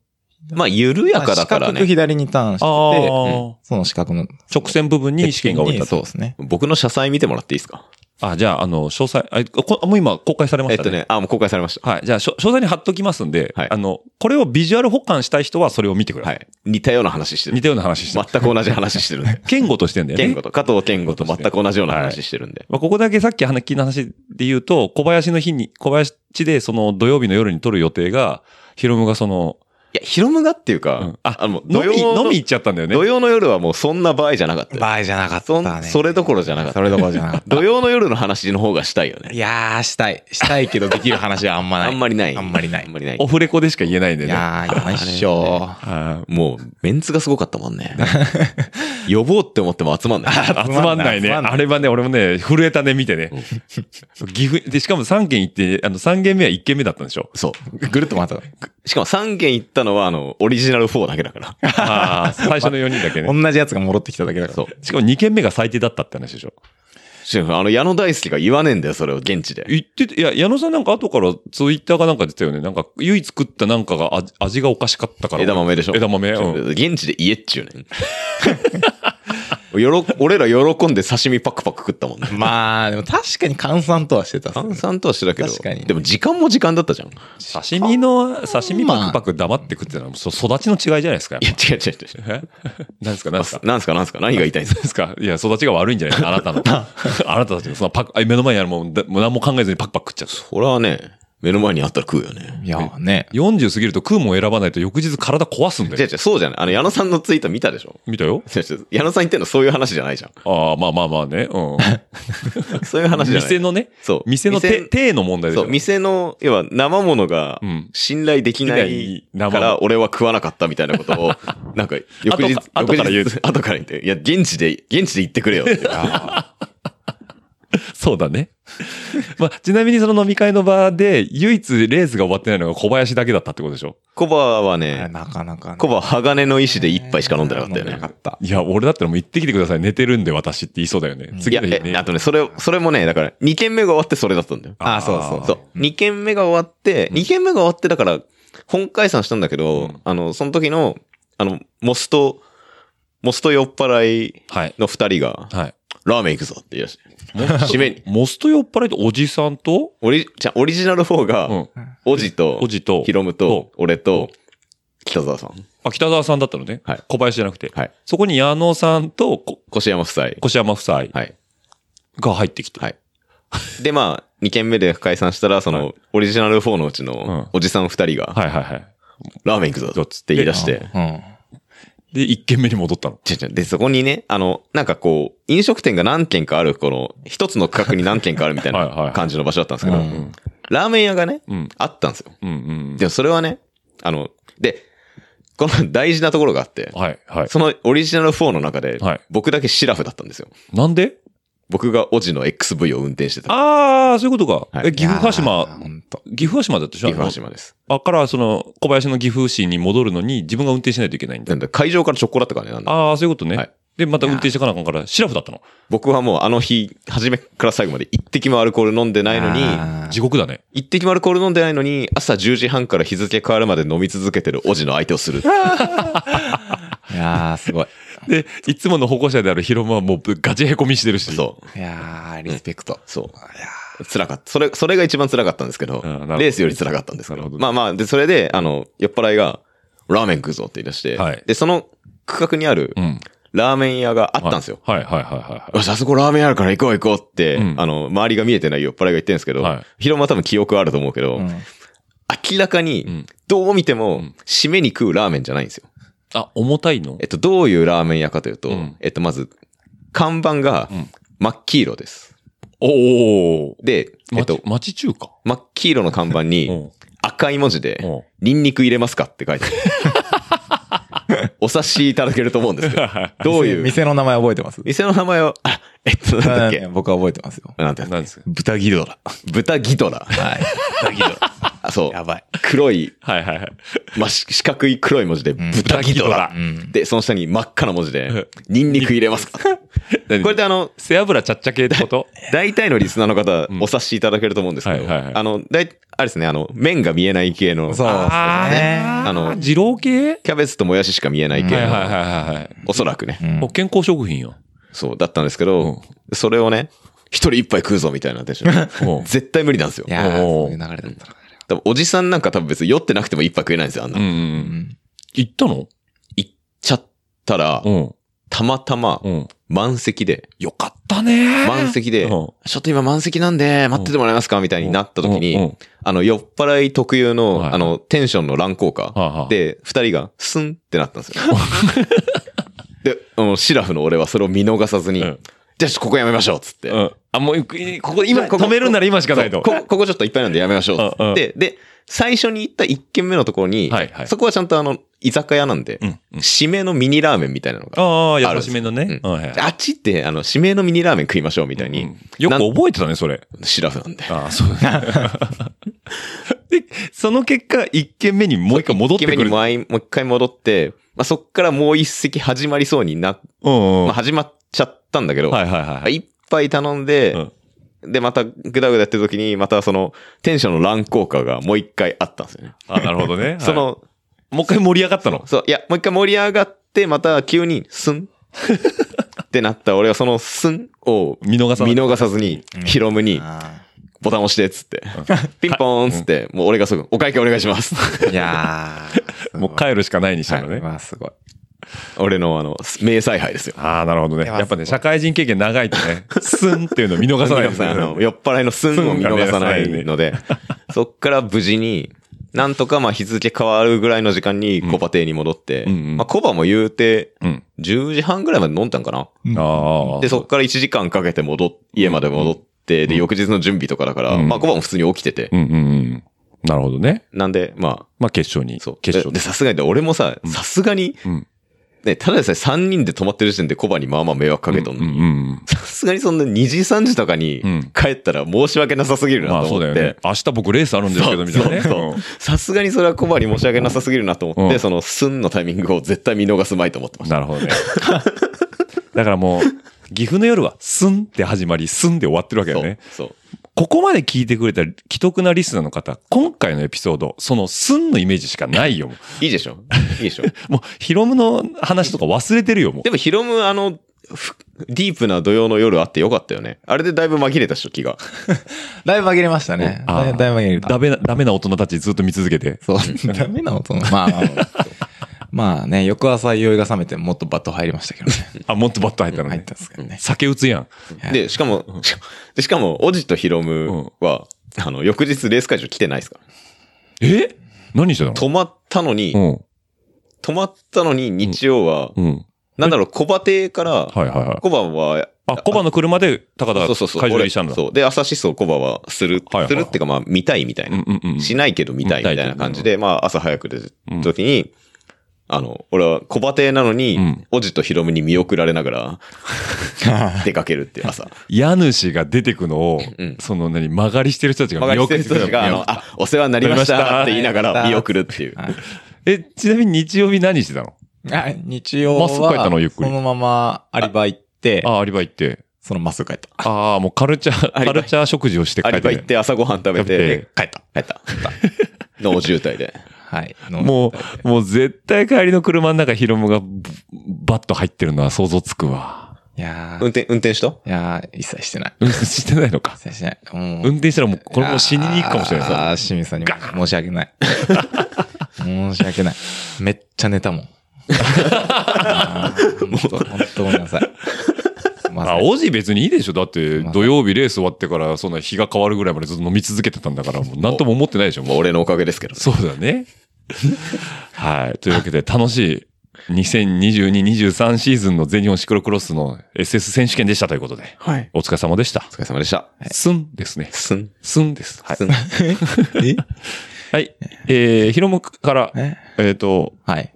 う。まあ、緩やかだからまあ四角くね。左にターンしてあて、ーその四角の。直線部分に試験が置いてあっそうた。ですね。僕の車載見てもらっていいですかあ、じゃあ、あの、詳細、あこもう今公開されまえっしたとね。ね、あ、もう公開されましはい。じゃあ、しょ詳細に貼っときますんで、はいあの、これをビジュアル保管したい人はそれを見てくだた。さ。はいい。似たような話して似る。たような話して全まく同じ話してるん で。す。言語としてんだよね。健吾と、加藤健吾と全く同じような話してるんで。まあ、ここだけさっき話聞いた話で言うと、小林の日に、小林でその土曜日の夜に撮る予定が、ヒロムがその、いや、ヒロムがっていううかん、あ、の、飲み、飲み行っちゃったんだよね土。曜の夜はもうそんな場合じゃなかったよ。場合じゃなかっそんたね。それどころじゃなかったそ。れどころじゃなかっ土曜の夜の話の方がしたいよた。ね。いやー、したい。したいけどできる話はあんまない。あんまりない。あんまりないあん。まりないオ。フレコでしか言えないんでいね。やー、ないっしょ。あーもう、メンツがすごかったもんね。呼ぼうって思っても集まんない。集まんないね。集まんないあれはね、俺もね、震えたね、見てね。岐阜、で、しかも3軒行って、あの、3軒目は1軒目だったんで しょそぐるっと回った。う。しかも3件行ったのは、あの、オリジナル4だけだから。ああ、最初の4人だけね。同じやつが戻ってきただけだから。そう。しかも2軒目が最低だったって話でしょ。しあの、矢野大輔が言わねえんだよ、それを現地で。言ってて、いや、矢野さんなんか後からツイッターかなんか出てたよね。なんか、唯一食ったなんかが味味がおかしかったから。枝豆でしょ枝豆。うん。現地で言えっちゅうねん。 よろ、俺ら喜んで刺身パクパク食ったもんね。まあ、でも確かに換算とはしてたっすね。炭酸とはしてたけど。確かにでも時間も時間だったじゃん。い刺身の、刺身パクパク黙って食ってたのは、そ育ちの違いじゃないですか。や、違う違う違う。え 何ですか何ですかなんすかなんすか何が言いたいんですかですかいや、育ちが悪いんじゃないですかあ なたの。あなたたちの、そのパク、あ目の前にあるもん、だもう何も考えずにパクパク食っちゃう。これはね、目の前にあったら食うよね。いやーね。 40過ぎると食うもん選ばないと翌日体壊すんだ違うよ。違う、そうじゃない。あの、矢野さんのツイート見たでしょ見たよ違う違う矢野さん言ってんのそういう話じゃないじゃん。ああ、まあまあまあ ね。うそういう話ん。じゃない。店のね、そう店の手、店手の問題でしそょう、店の、要は生ものがうん信頼できなできいない生から俺は食わなかったみたいなことを、 なんか、翌日、後か後から言う翌日 後から言って、いや、現地で、現地で言ってくれよっていう。そうだね。 まあ、ちなみにその飲み会の場で、唯一レースが終わってないのが小林だけだったってことでしょコバはあれね、なかなかね。コバは鋼の意志で一杯しか飲んでなかったよ飲んでなねか。った。いや、俺だったらもう行ってきてください。寝てるんで私って言いそうだよね。い次や、の日え、ねあ。とね、それ、それもね、だから、2軒目が終わってそれだったんだよ。あーそうそうそう。二軒目が終わって、二軒目が終わって、だから、本解散したんだけど、うんあの、その時の、あの、モスと、モスと酔っ払いはい。の二人が、はい。ラーメン行くぞって言い出して。締 めに。モスと酔っ払いとおじさんと、オリ、じゃあオリジナル4うが、ん。おじとお、じとヒ、ロムと、俺と、北沢さん。あ、北沢さんだったのね。はい小林じゃなくて。はい。そこに矢野さんとこ越山夫妻。越山夫妻はい。が入ってきて。はいで、まあ、2軒目で解散したら、その、オリジナル4のうちの、おじさん2人が、はいはいはい。ラーメン行くぞっつって言い出して、うん。で、一軒目に戻ったの。違う違うで、そこにね、あの、なんかこう、飲食店が何軒かある、この、一つの区画に何軒かあるみたいはいはいはない感じの場所だったんですけど、ううん。ラーメン屋がね、うん。あったんですよ。うんうんでもそれはね、あの、で、この大事なところがあってうん。、はいはい。そのオリジナル4の中ではい、僕だけシラフだったんですよ。なんで僕がオジの XV を運転してた。あー、そういうことか。はいえ、岐阜羽島。本当。岐阜羽島だったでしょ岐阜羽島です。あ、から、その、小林の岐阜市に戻るのに、自分が運転しないといけないんだな。んだ、会場から直行だったからね、なんだ。あー、そういうことね。はいで、また運転していかなあかんから、シラフだったの。僕はもうあの日、初めから最後まで一滴もアルコール飲んでないのに、あー地獄だね。一滴もアルコール飲んでないのに、朝10時半から日付変わるまで飲み続けてるオジの相手をする。いやー、すごい。で、いつもの歩行者であるヒロムはもうガチへこみしてるし。そう。いやー、リスペクト。そう。いや辛かった。それ、それが一番辛かったんですけど、うんなるほどレースより辛かったんですけなど。るほどまあまあ、で、それで、あの、酔っ払いが、ラーメン食うぞって言い出して、はいで、その区画にあるう。ん。ラーメン屋があったんですよ。はいはいはいはいよし、あそこラーメン屋あるから行こう行こうって、うんあの、周りが見えてない酔っ払いが言ってるんですけど、はいヒロマ多分記憶あると思うけど、ーうん明らかうにん、どう見てもん、締めに食うラーメンじゃないんですよ。あ、重たいのえっと、どういうラーメン屋かというと、うんえっと、まず、看板がうん、真っ黄色です。おお。で、えっと町、町中華真っ黄色の看板うに、ん。赤い文字で、うん。ニンニク入れますかって書いてある。お察しいただけると思うんですけ ど。どういう店の名前覚えてます店の名前を、あ、えっと、なんだっいやけ僕は覚えてますよ。なんだっけなんですか豚ギドラ。豚ギドラ。はい。豚ギドラ。あ、 そう。やばい。黒い、はいはいはい。ま、し四角い黒い文字で、ん豚ギドラう。ん。で、その下に真っ赤な文字うんで、ニンニク入れますかこれであの、背脂ちゃっちゃ系ってこと 大体のリスナーの方うん、お察しいただけると思うんですけど、はいはいはいあの、大、あれですね、あの、麺が見えない系の、キそうですね。ああの、の二郎系ャベツともやししか見えない系はいはいの、はいはい。おそらくね、うんもう健康食品よ。そう、だったんですけど、それをね、一人一杯食うぞみたいなでしょ。うん絶対無理なんですよい。やー、おーそういう流れだったな。多分おじさんなんか多分別に酔ってなくても一杯食えないんですよ、あんうな。んう。行っうんん。行ったのちゃったらう、ん。たまたまうん。満席で、よかったねー。満席で、うんちょっと今満席なんで待っててもらえますかみたいになった時うんうに、んあの、酔っ払い特有はいの、あの、テンションの乱高は下あはあで、二人がスンってなったんですよ。 で、あのシラフの俺はそれを見逃さずに、うじゃあちょんっとここやめましょうっつって。うん。あ、もう、いここ、今、ここ止めるなら今しかないと。そうこここちょっといっぱいなんでやめましょうっつうんうっんて。で、で、最初に行った1軒目のところに、はいはいそこはちゃんとあの、居酒屋なんで、うんうん締めのミニラーメンみたいなのが。ああ、優しめのね。うんはいはいあっちって、あの、締めのミニラーメン食いましょうみたいに、うんよく覚えてたね、それ。シラフなんで。ああ、そう。で、その結果、一軒目にもう一回戻って1く軒目にる。もう一もう一回戻って、まあ、そっからもう一席始まりそうにな、うんまうん。あ、は始まっちゃったんだけど、いはいはい。一杯頼んで、で、またグダグダやってる時に、またその、テンションの乱高下がもう一回あったんですよね。あなるほどね。そはの、い、もう一回盛り上がったの。そう、いや、もう一回盛り上がって、また急に、ス ンってなった俺はそのスンを見逃さない見逃さずに、ヒロムに、あボタン押して、つって、ピンポーンつって、もう俺がすぐ、お会計お願いします。ーいや ー。もう帰るしかないにしたのね。まあ、すごい。俺のあの、名采配ですよ。ああ、なるほどね。いややっぱね、社会人経験長いとね、スンっていうの見逃さな皆いですねさん、あの、酔っ払いのスンを見逃さないので、そっから無事に、なんとかまあ日付変わるぐらいの時間にコバ亭に戻って、うんうんまあコバも言うて、うん。 10時半ぐらいまで飲んだんかな。ああ。で、そっから1時間かけて戻っ、家まで戻って、で、翌日の準備とかだから、うんまあ、コバも普通に起きててう。んうんうん。なるほどね。なんで、ままあ、決勝に。あ、そう。決勝で、で。さすがに、俺もさ、さすがに、うん。ね、ただでさえ3人で泊まってる時点でコバにまあまあ迷惑かけとんうのんに。うんさすがにそんな2時3時とかにうん帰ったら申し訳なさすぎうるん。まなあ、とそうだ思っよねて。。明日僕レースあるんですけど、みたいなね。そうそううんさすがにそれはコバに申し訳なさすぎるなと思っうんて、そのスンのタイミングを絶対見逃すまいと思ってました。なるほどね。だからもう、岐阜の夜は、スンって始まり、スンで終わってるわけだそようね。。そう。ここまで聞いてくれた既得なリスナーの方、今回のエピソード、そのスンのイメージしかないよ。もいいでしょいいでしょう、もうヒロムの話とか忘れてるよ、もう。でもヒロム、あの、ふディープな土曜の夜あってよかったよね。あれでだいぶ紛れたっしょ、気が。だいぶ紛れましたね。あだいーだいぶ紛れたダ。メな、ダメな大人たちずっと見続けて。そう。ダメな音な。まあまあまあ、まあね、翌朝酔いが覚めてもっとバット入りましたけどね。あ、もっとバット入ったの入っね。たんですけどね。酒打つやん。はいで、しかも、でしかも、オジとヒロムは、あの、翌日レース会場来てないですから。え何してたの泊まったのに、うん。泊まったのに日曜は、うん。なんだろう、小バ亭から、はいはいはい。小判は、あ、コバの車で高そ田会うそうそう。場入りしたん俺だ。そう。で、朝思想小判はするはいはいは、いするっていうか、まあ、見たいみたいうんな。うんうん。しないけど見たいみたいな感じで、まあ、朝早く出うるん時に、あの、俺は小バ亭なのうにん、オジとヒロムに見送られなが ら、出かけるっていう朝。家主が出てくのをうん、その何、曲がりしてる人たちが曲が見りし送てるって人たちが、あの、あ、お世話になりましたって言いながら見送るっていう。え、ちなみに日曜日何してたのあ日曜まは、っすぐ帰ったのゆっくりそのままアリバイ行って、あ、アリバイ行って。そのまっすぐ帰った。ああ、もうカルチャ ー、アリバカイルチャー食事をしてア帰リってバイ行っね。て朝ごはん食べて食、帰った。帰った。脳渋滞 で。はい。もう、もう絶対帰りの車の中ヒロムがぶバッと入ってるのは想像つくわ。う、いやー運転、運転したいやー一切してない。運転してないのか一。切してない。もう運転したらもうこれもう死にに行くかもしれないあさ。あ、清水さんにも申し訳ない。申し訳ない。めっちゃ寝 たもん。あー本当本当ごめんなさい。まあ、オジ別にいいでしょだって、まあ土曜日レース終わってから、そんな日が変わるぐらいまでずっと飲み続けてたんだから、もう何とも思ってないでしょももうう。俺のおかげですけどね。そうだね。はい。というわけで、楽しい2022-23シーズンの全日本シクロクロスの SS 選手権でしたということで、はい。お疲れ様でしたお。疲れ様でした。すんですね。すん。すんです。はいす。ん。はい。えー、ヒロムから、ええっ、と、はい。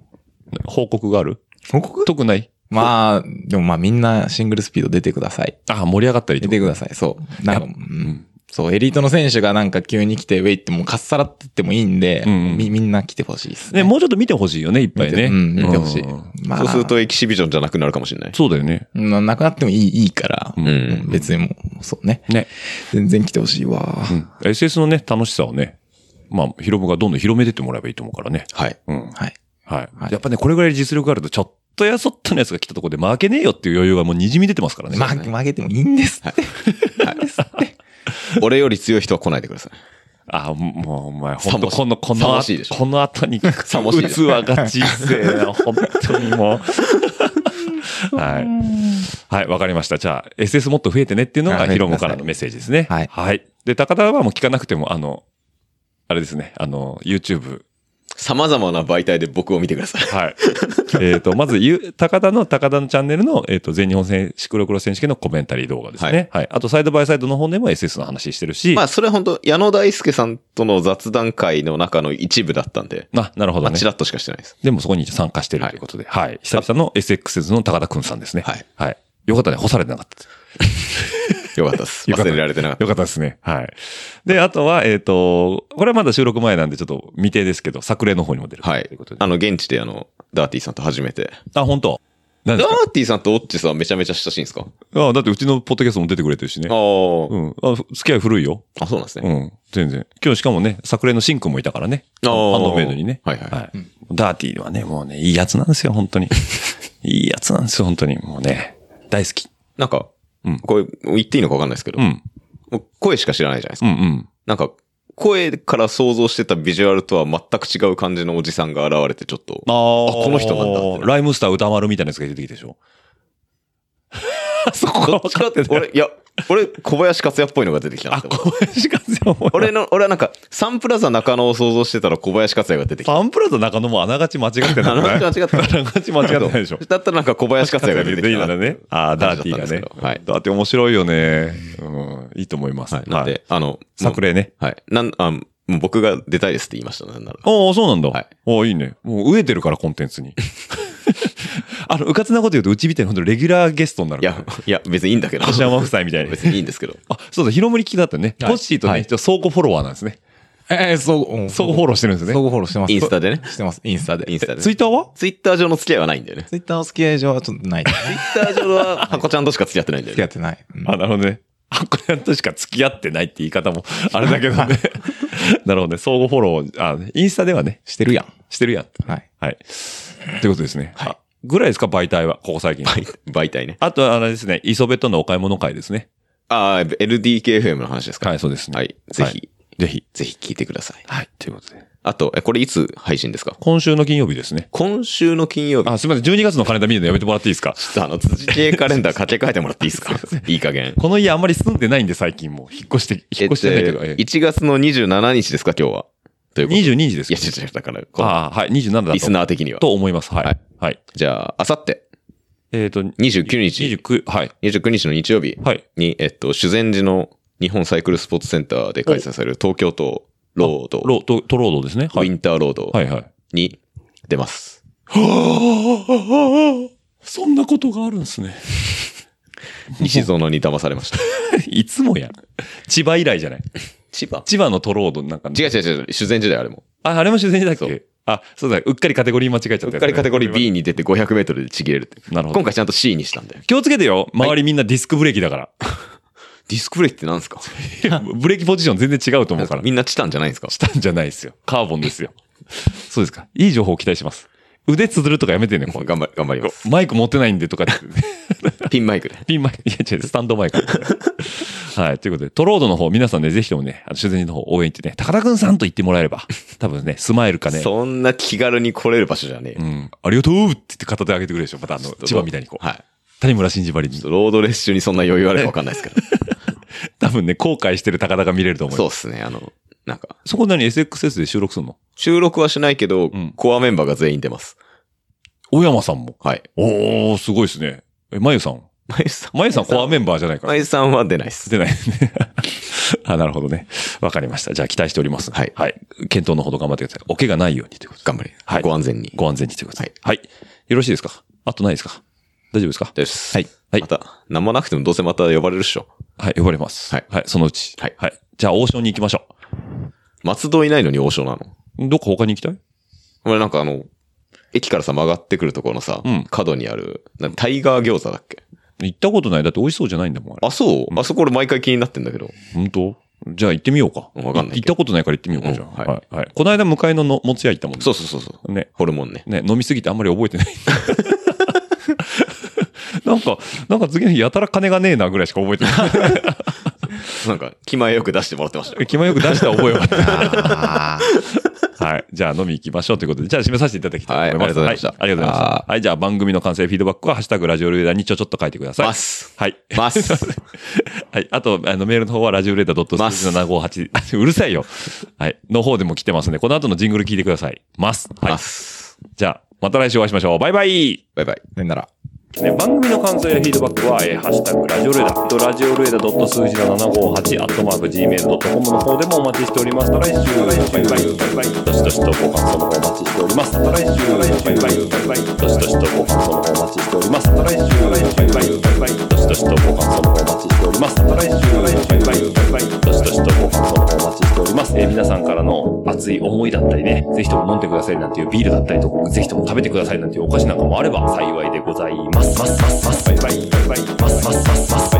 報告がある報告特ないまあ、でもまあみんなシングルスピード出てください。あ、盛り上がったり出とてください。そう。なんか、ううんん。そう、エリートの選手がなんか急に来て、ウェイってもうかっさらってってもいいんで、うんうんみ、みんな来てほしいですね。ね、もうちょっと見てほしいよね、いっぱいね。うん、見てほしいうん。まあ、そうするとエキシビジョンじゃなくなるかもしれない。そうだよね。うん、なくなってもいい、いいから、うんうん別にもう、そうね。ね。全然来てほしいわ。うん。SS のね、楽しさをね、まあ、ヒロムがどんどん広めてってもらえばいいと思うからね。はい。うん。はい。はい。はいやっぱね、これぐらい実力があると、ちょっとやそっとのやつが来たところで負けねえよっていう余裕がもう滲み出てますからね。ま、曲げてもいいんですって。俺より強い人は来ないでください。あ、もう、お前、ほんと、さこの、こさのもしい後で、しょこの後に、器さもしいでしょが人生だよ、本当にも う。はい。はい、わかりました。じゃあ、SS もっと増えてねっていうのはが、いヒロモからのメッセージですね。はいはい。で、高田はもう聞かなくても、あの、あれですね、あの、YouTube。様々な媒体で僕を見てください。はい。えっと、まず、ゆ、高田の、高田のチャンネルの、えっ、と、全日本選シクロクロス選手権のコメンタリー動画ですね。はい。あと、サイドバイサイドの方でも SS の話してるし、まあ、それは本当矢野大輔さんとの雑談会の中の一部だったんで、あ、なるほまどあ、ねチ。ラッとしかしてないです。でもそこに参加してるということで、はい。久々の SX の高田くんさんですね。はい。はい。よかったね。干されてなかったです。よかったです。よかっ忘たれられてなかった。よかったですね。はい。で、あとは、えっ、と、これはまだ収録前なんでちょっと未定ですけど、作例の方にも出る。はいということ。で。あの、現地であの、ダーティーさんと初めて。あ、本当何ダですーティーさんとオッチさんはめちゃめちゃ親しいんですかかあだってうちのポッドキャストも出てくれてるしねあ。うあ。ん。あ、付き合い古いよ。あ、そうなんですうね。ん。全然。今日しかもね、作例のシンくんもいたからね。あーハンドメイドにね。はいはいダーティーはね、もうね、いいやつなんですよ、本当に。 いいやつなんですよ、本当に。もうね、大好き。なんかうん、これ言っていいのかわかんないですけど、うもん。う声しか知らないじゃないですうんか。うん。なんか、声から想像してたビジュアルとは全く違う感じのおじさんが現れてちょっと、あこの人なんだってだ。ライムスター歌丸みたいなやつが出てきたでしょ そこが分かってたよ。俺、いや、俺、小林克也っぽいのが出てきたなあ、って思う小林和也も。俺の、俺はなんか、サンプラザ中野を想像してたら小林克也が出てきた。サンプラザ中野もあながち間違 ってない。あながち 間違ってないあながち間違ってないでしょ。だったらなんか小林克也が出てきたな。ね。あーダーティーが感じだねったんですけ。どはいダーティー面白いよね。うん。いいと思います。はい。なんで、あの、作例。例ね。はい。なん、あ、もう僕が出たいですって言いましたね。なんなら。ああ、そうなんだ。はいああ、いいね。もう飢えてるから、コンテンツ に。あの、うかつなこと言うと、うちみたいに本当レギュラーゲストになるいからねや。、いや、別にいいんだけど。星山夫妻みたいに。別にいいんですけど。あ、そうだ、ヒロムリ聞きだったね。ポッシーとね、はい一応倉庫フォロワーなんですね。ええ、そううん、倉庫フォローしてるんですね相。互フォローしてます。インスタでね。してます。インスタで。インスタでね。ツイッターはツイッター上の付き合いはないんだよね。ツイッターの付き合い上はちょっとない。付 ツイッター上 は、ハコちゃんとしか付き合ってないんだよき合っね。てない。うんあ、なるほどね。あ、これとしか付き合ってないって言い方 も、あれだけどね。なるほどね。相互フォロー、あ、インスタではね、してるやん。してるやん。はい。はい。ってことですね。はい。ぐらいですか、媒体は、ここ最近。 媒体ね。あとは、あれですね、磯ベッドのお買い物会ですね。ああ、LDKFM の話ですか。はい、そうですね。はい。ぜひ、ぜひ。ぜひ聞いてください。はい、ということで。あと、え、これいつ配信ですか今週の金曜日ですね。今週の金曜日。あ、すみません。12月の金田見るのやめてもらっていいですかちょっとあの、辻系カレンダー掛け替えてもらっていい ですかいい加減。この家あんまり住んでないんで、最近もう。引っ越して、引っ越してないというか。ええっと1月の27日ですか、今日は。ということで。 22時でいすや、違う違う、だから、このああ、はい。27だと。リスナー的には。と思います。ははいい。はい。じゃあ、あさって、えっと、 29日、 29、はい。 29日の日曜日はい。に、えっと、修善寺の日本サイクルスポーツセンターで開催される東京都ロード、ロト、トロードですね。ウはィい。ンターロードはいはい。に出 ます。そんなことがあるんですね。西園に騙されました。 いつもやん。千葉以来じゃない。千葉千葉のトロードなんかね違う違う違う、修善寺であれも。あ、あれも自然だっそけあ、そうだ、うっかりカテゴリー間違えちゃったうやつね、っかりカテゴリー B に出て500メートルでちぎれるって。なるほど今回ちゃんと C にしたんだよ。気をつけてよ。周りみんなディスクブレーキだから。ディスクブレーキって何ですか ブレーキポジション全然違うと思うから。みんなチタンじゃないんですかしたんじゃないですよ。カーボンですよ。そうですか。いい情報を期待します。腕つづるとかやめてね、こう頑張り、頑張ります。マイク持ってないんでとか って。ピンマイクで。ピンマイク、いや違う、スタンドマイク。はい。ということで、トロードの方、皆さんね、ぜひともね、あの、修善寺の方応援行ってね、高田くんさんと言ってもらえれば、多分ね、スマイルかね、そんな気軽に来れる場所じゃねえうよ。ん、ありがとうって言って片手上げてくれるでしょ。またあの、千葉みたいにこう、はい。谷村新司ばりにちょっ。とロードレッシュにそんな余裕あるか分かんない ですけど。多分ね、後悔してる高田が見れると思いそうまっすね、あの、なんか、す。そこ何 ?SXS で収録するの収録はしないけど、んコアメンバーが全員出ます。小山さんも。はい。おー、すごいですね。え、まゆさん。まゆさん。まゆさんコアメンバーじゃないかまら。ゆさんは出ないです。出ないね。 あ、なるほどね。わかりました。じゃあ期待しております。はいはい。検討のほど頑張ってください。お怪我ないようにということで。頑張れ。はいご安全に。ご安全にということで。はい。よろしいですかあとないですか大丈夫ですか大丈夫です。はい。はいまた、何もなくてもどうせまた呼ばれるっしょ。はい、呼ばれます。はいそのうち。はいはい。じゃあ、王将に行きましょ松戸いないのに王将なの。う。どっか他に行きたい俺なんかあの、駅からさ曲がってくるところのさ、うん角にある、なタイガー餃子だっけ行ったことない。だって美味しそうじゃないんだもん、あれ。あ、そう、あそこ俺毎回気になってんだけど。本当じゃあ行ってみようか。わかんないけど行ったことないから行ってみようか、じゃあ。うんは。はいはい。この間、向かいののもつ屋行ったもんねそうそうそうそう。ね。ホルモンね。ね、飲みすぎてあんまり覚えてない。 なんか、なんか次の日やたら金がねえなぐらいしか覚 えてななんか、気前よく出してもらってましたよい。。気前よく出した覚えはないあ はい。じゃあ飲み行きましょうということで、じゃあ締めさせていただきたいと思います。はいありがとうございましたはありがとうございましあた。はい。じゃあ番組の完成フィードバックは、ハッシュタグラジオルエダにちょちょっと書いてください。ますはい。 ます。はい。あと、あの、メールの方は、ラジオレーダー数字の758。うるさいよ。はい。の方でも来てますね。この後のジングル聞いてください。ます。はいま。す。じゃあ、また来週お会いしましょう。バイバイバイバイ。あ。なんなら。ね、番組の感想やフィードバックは、えーハッシュタグラジオルエダと、ラジオルエダ数字の758、アットマーク Gmail.com の方でもお待ちしております。また来週、バイバイ、バイバイ、どしどしとご感想の方お待ちしております。また来週、バイバイ、バイバイ、どしどしとご感想の方お待ちしております。また来週、バイバイ、バイバイ、どしどしとご感想の方お待ちしております。また来週、バイバイ、バイバイ、どしどしとご感想の方お待ちしております。えー皆さんからの熱い思いだったりね、ぜひとも飲んでくださいなんていうビールだったりとか、ぜひとも食べてくださいなんていうお菓子なんかもあれば幸いでございます。ますますますバイバイ、バイバイ、ますますますます。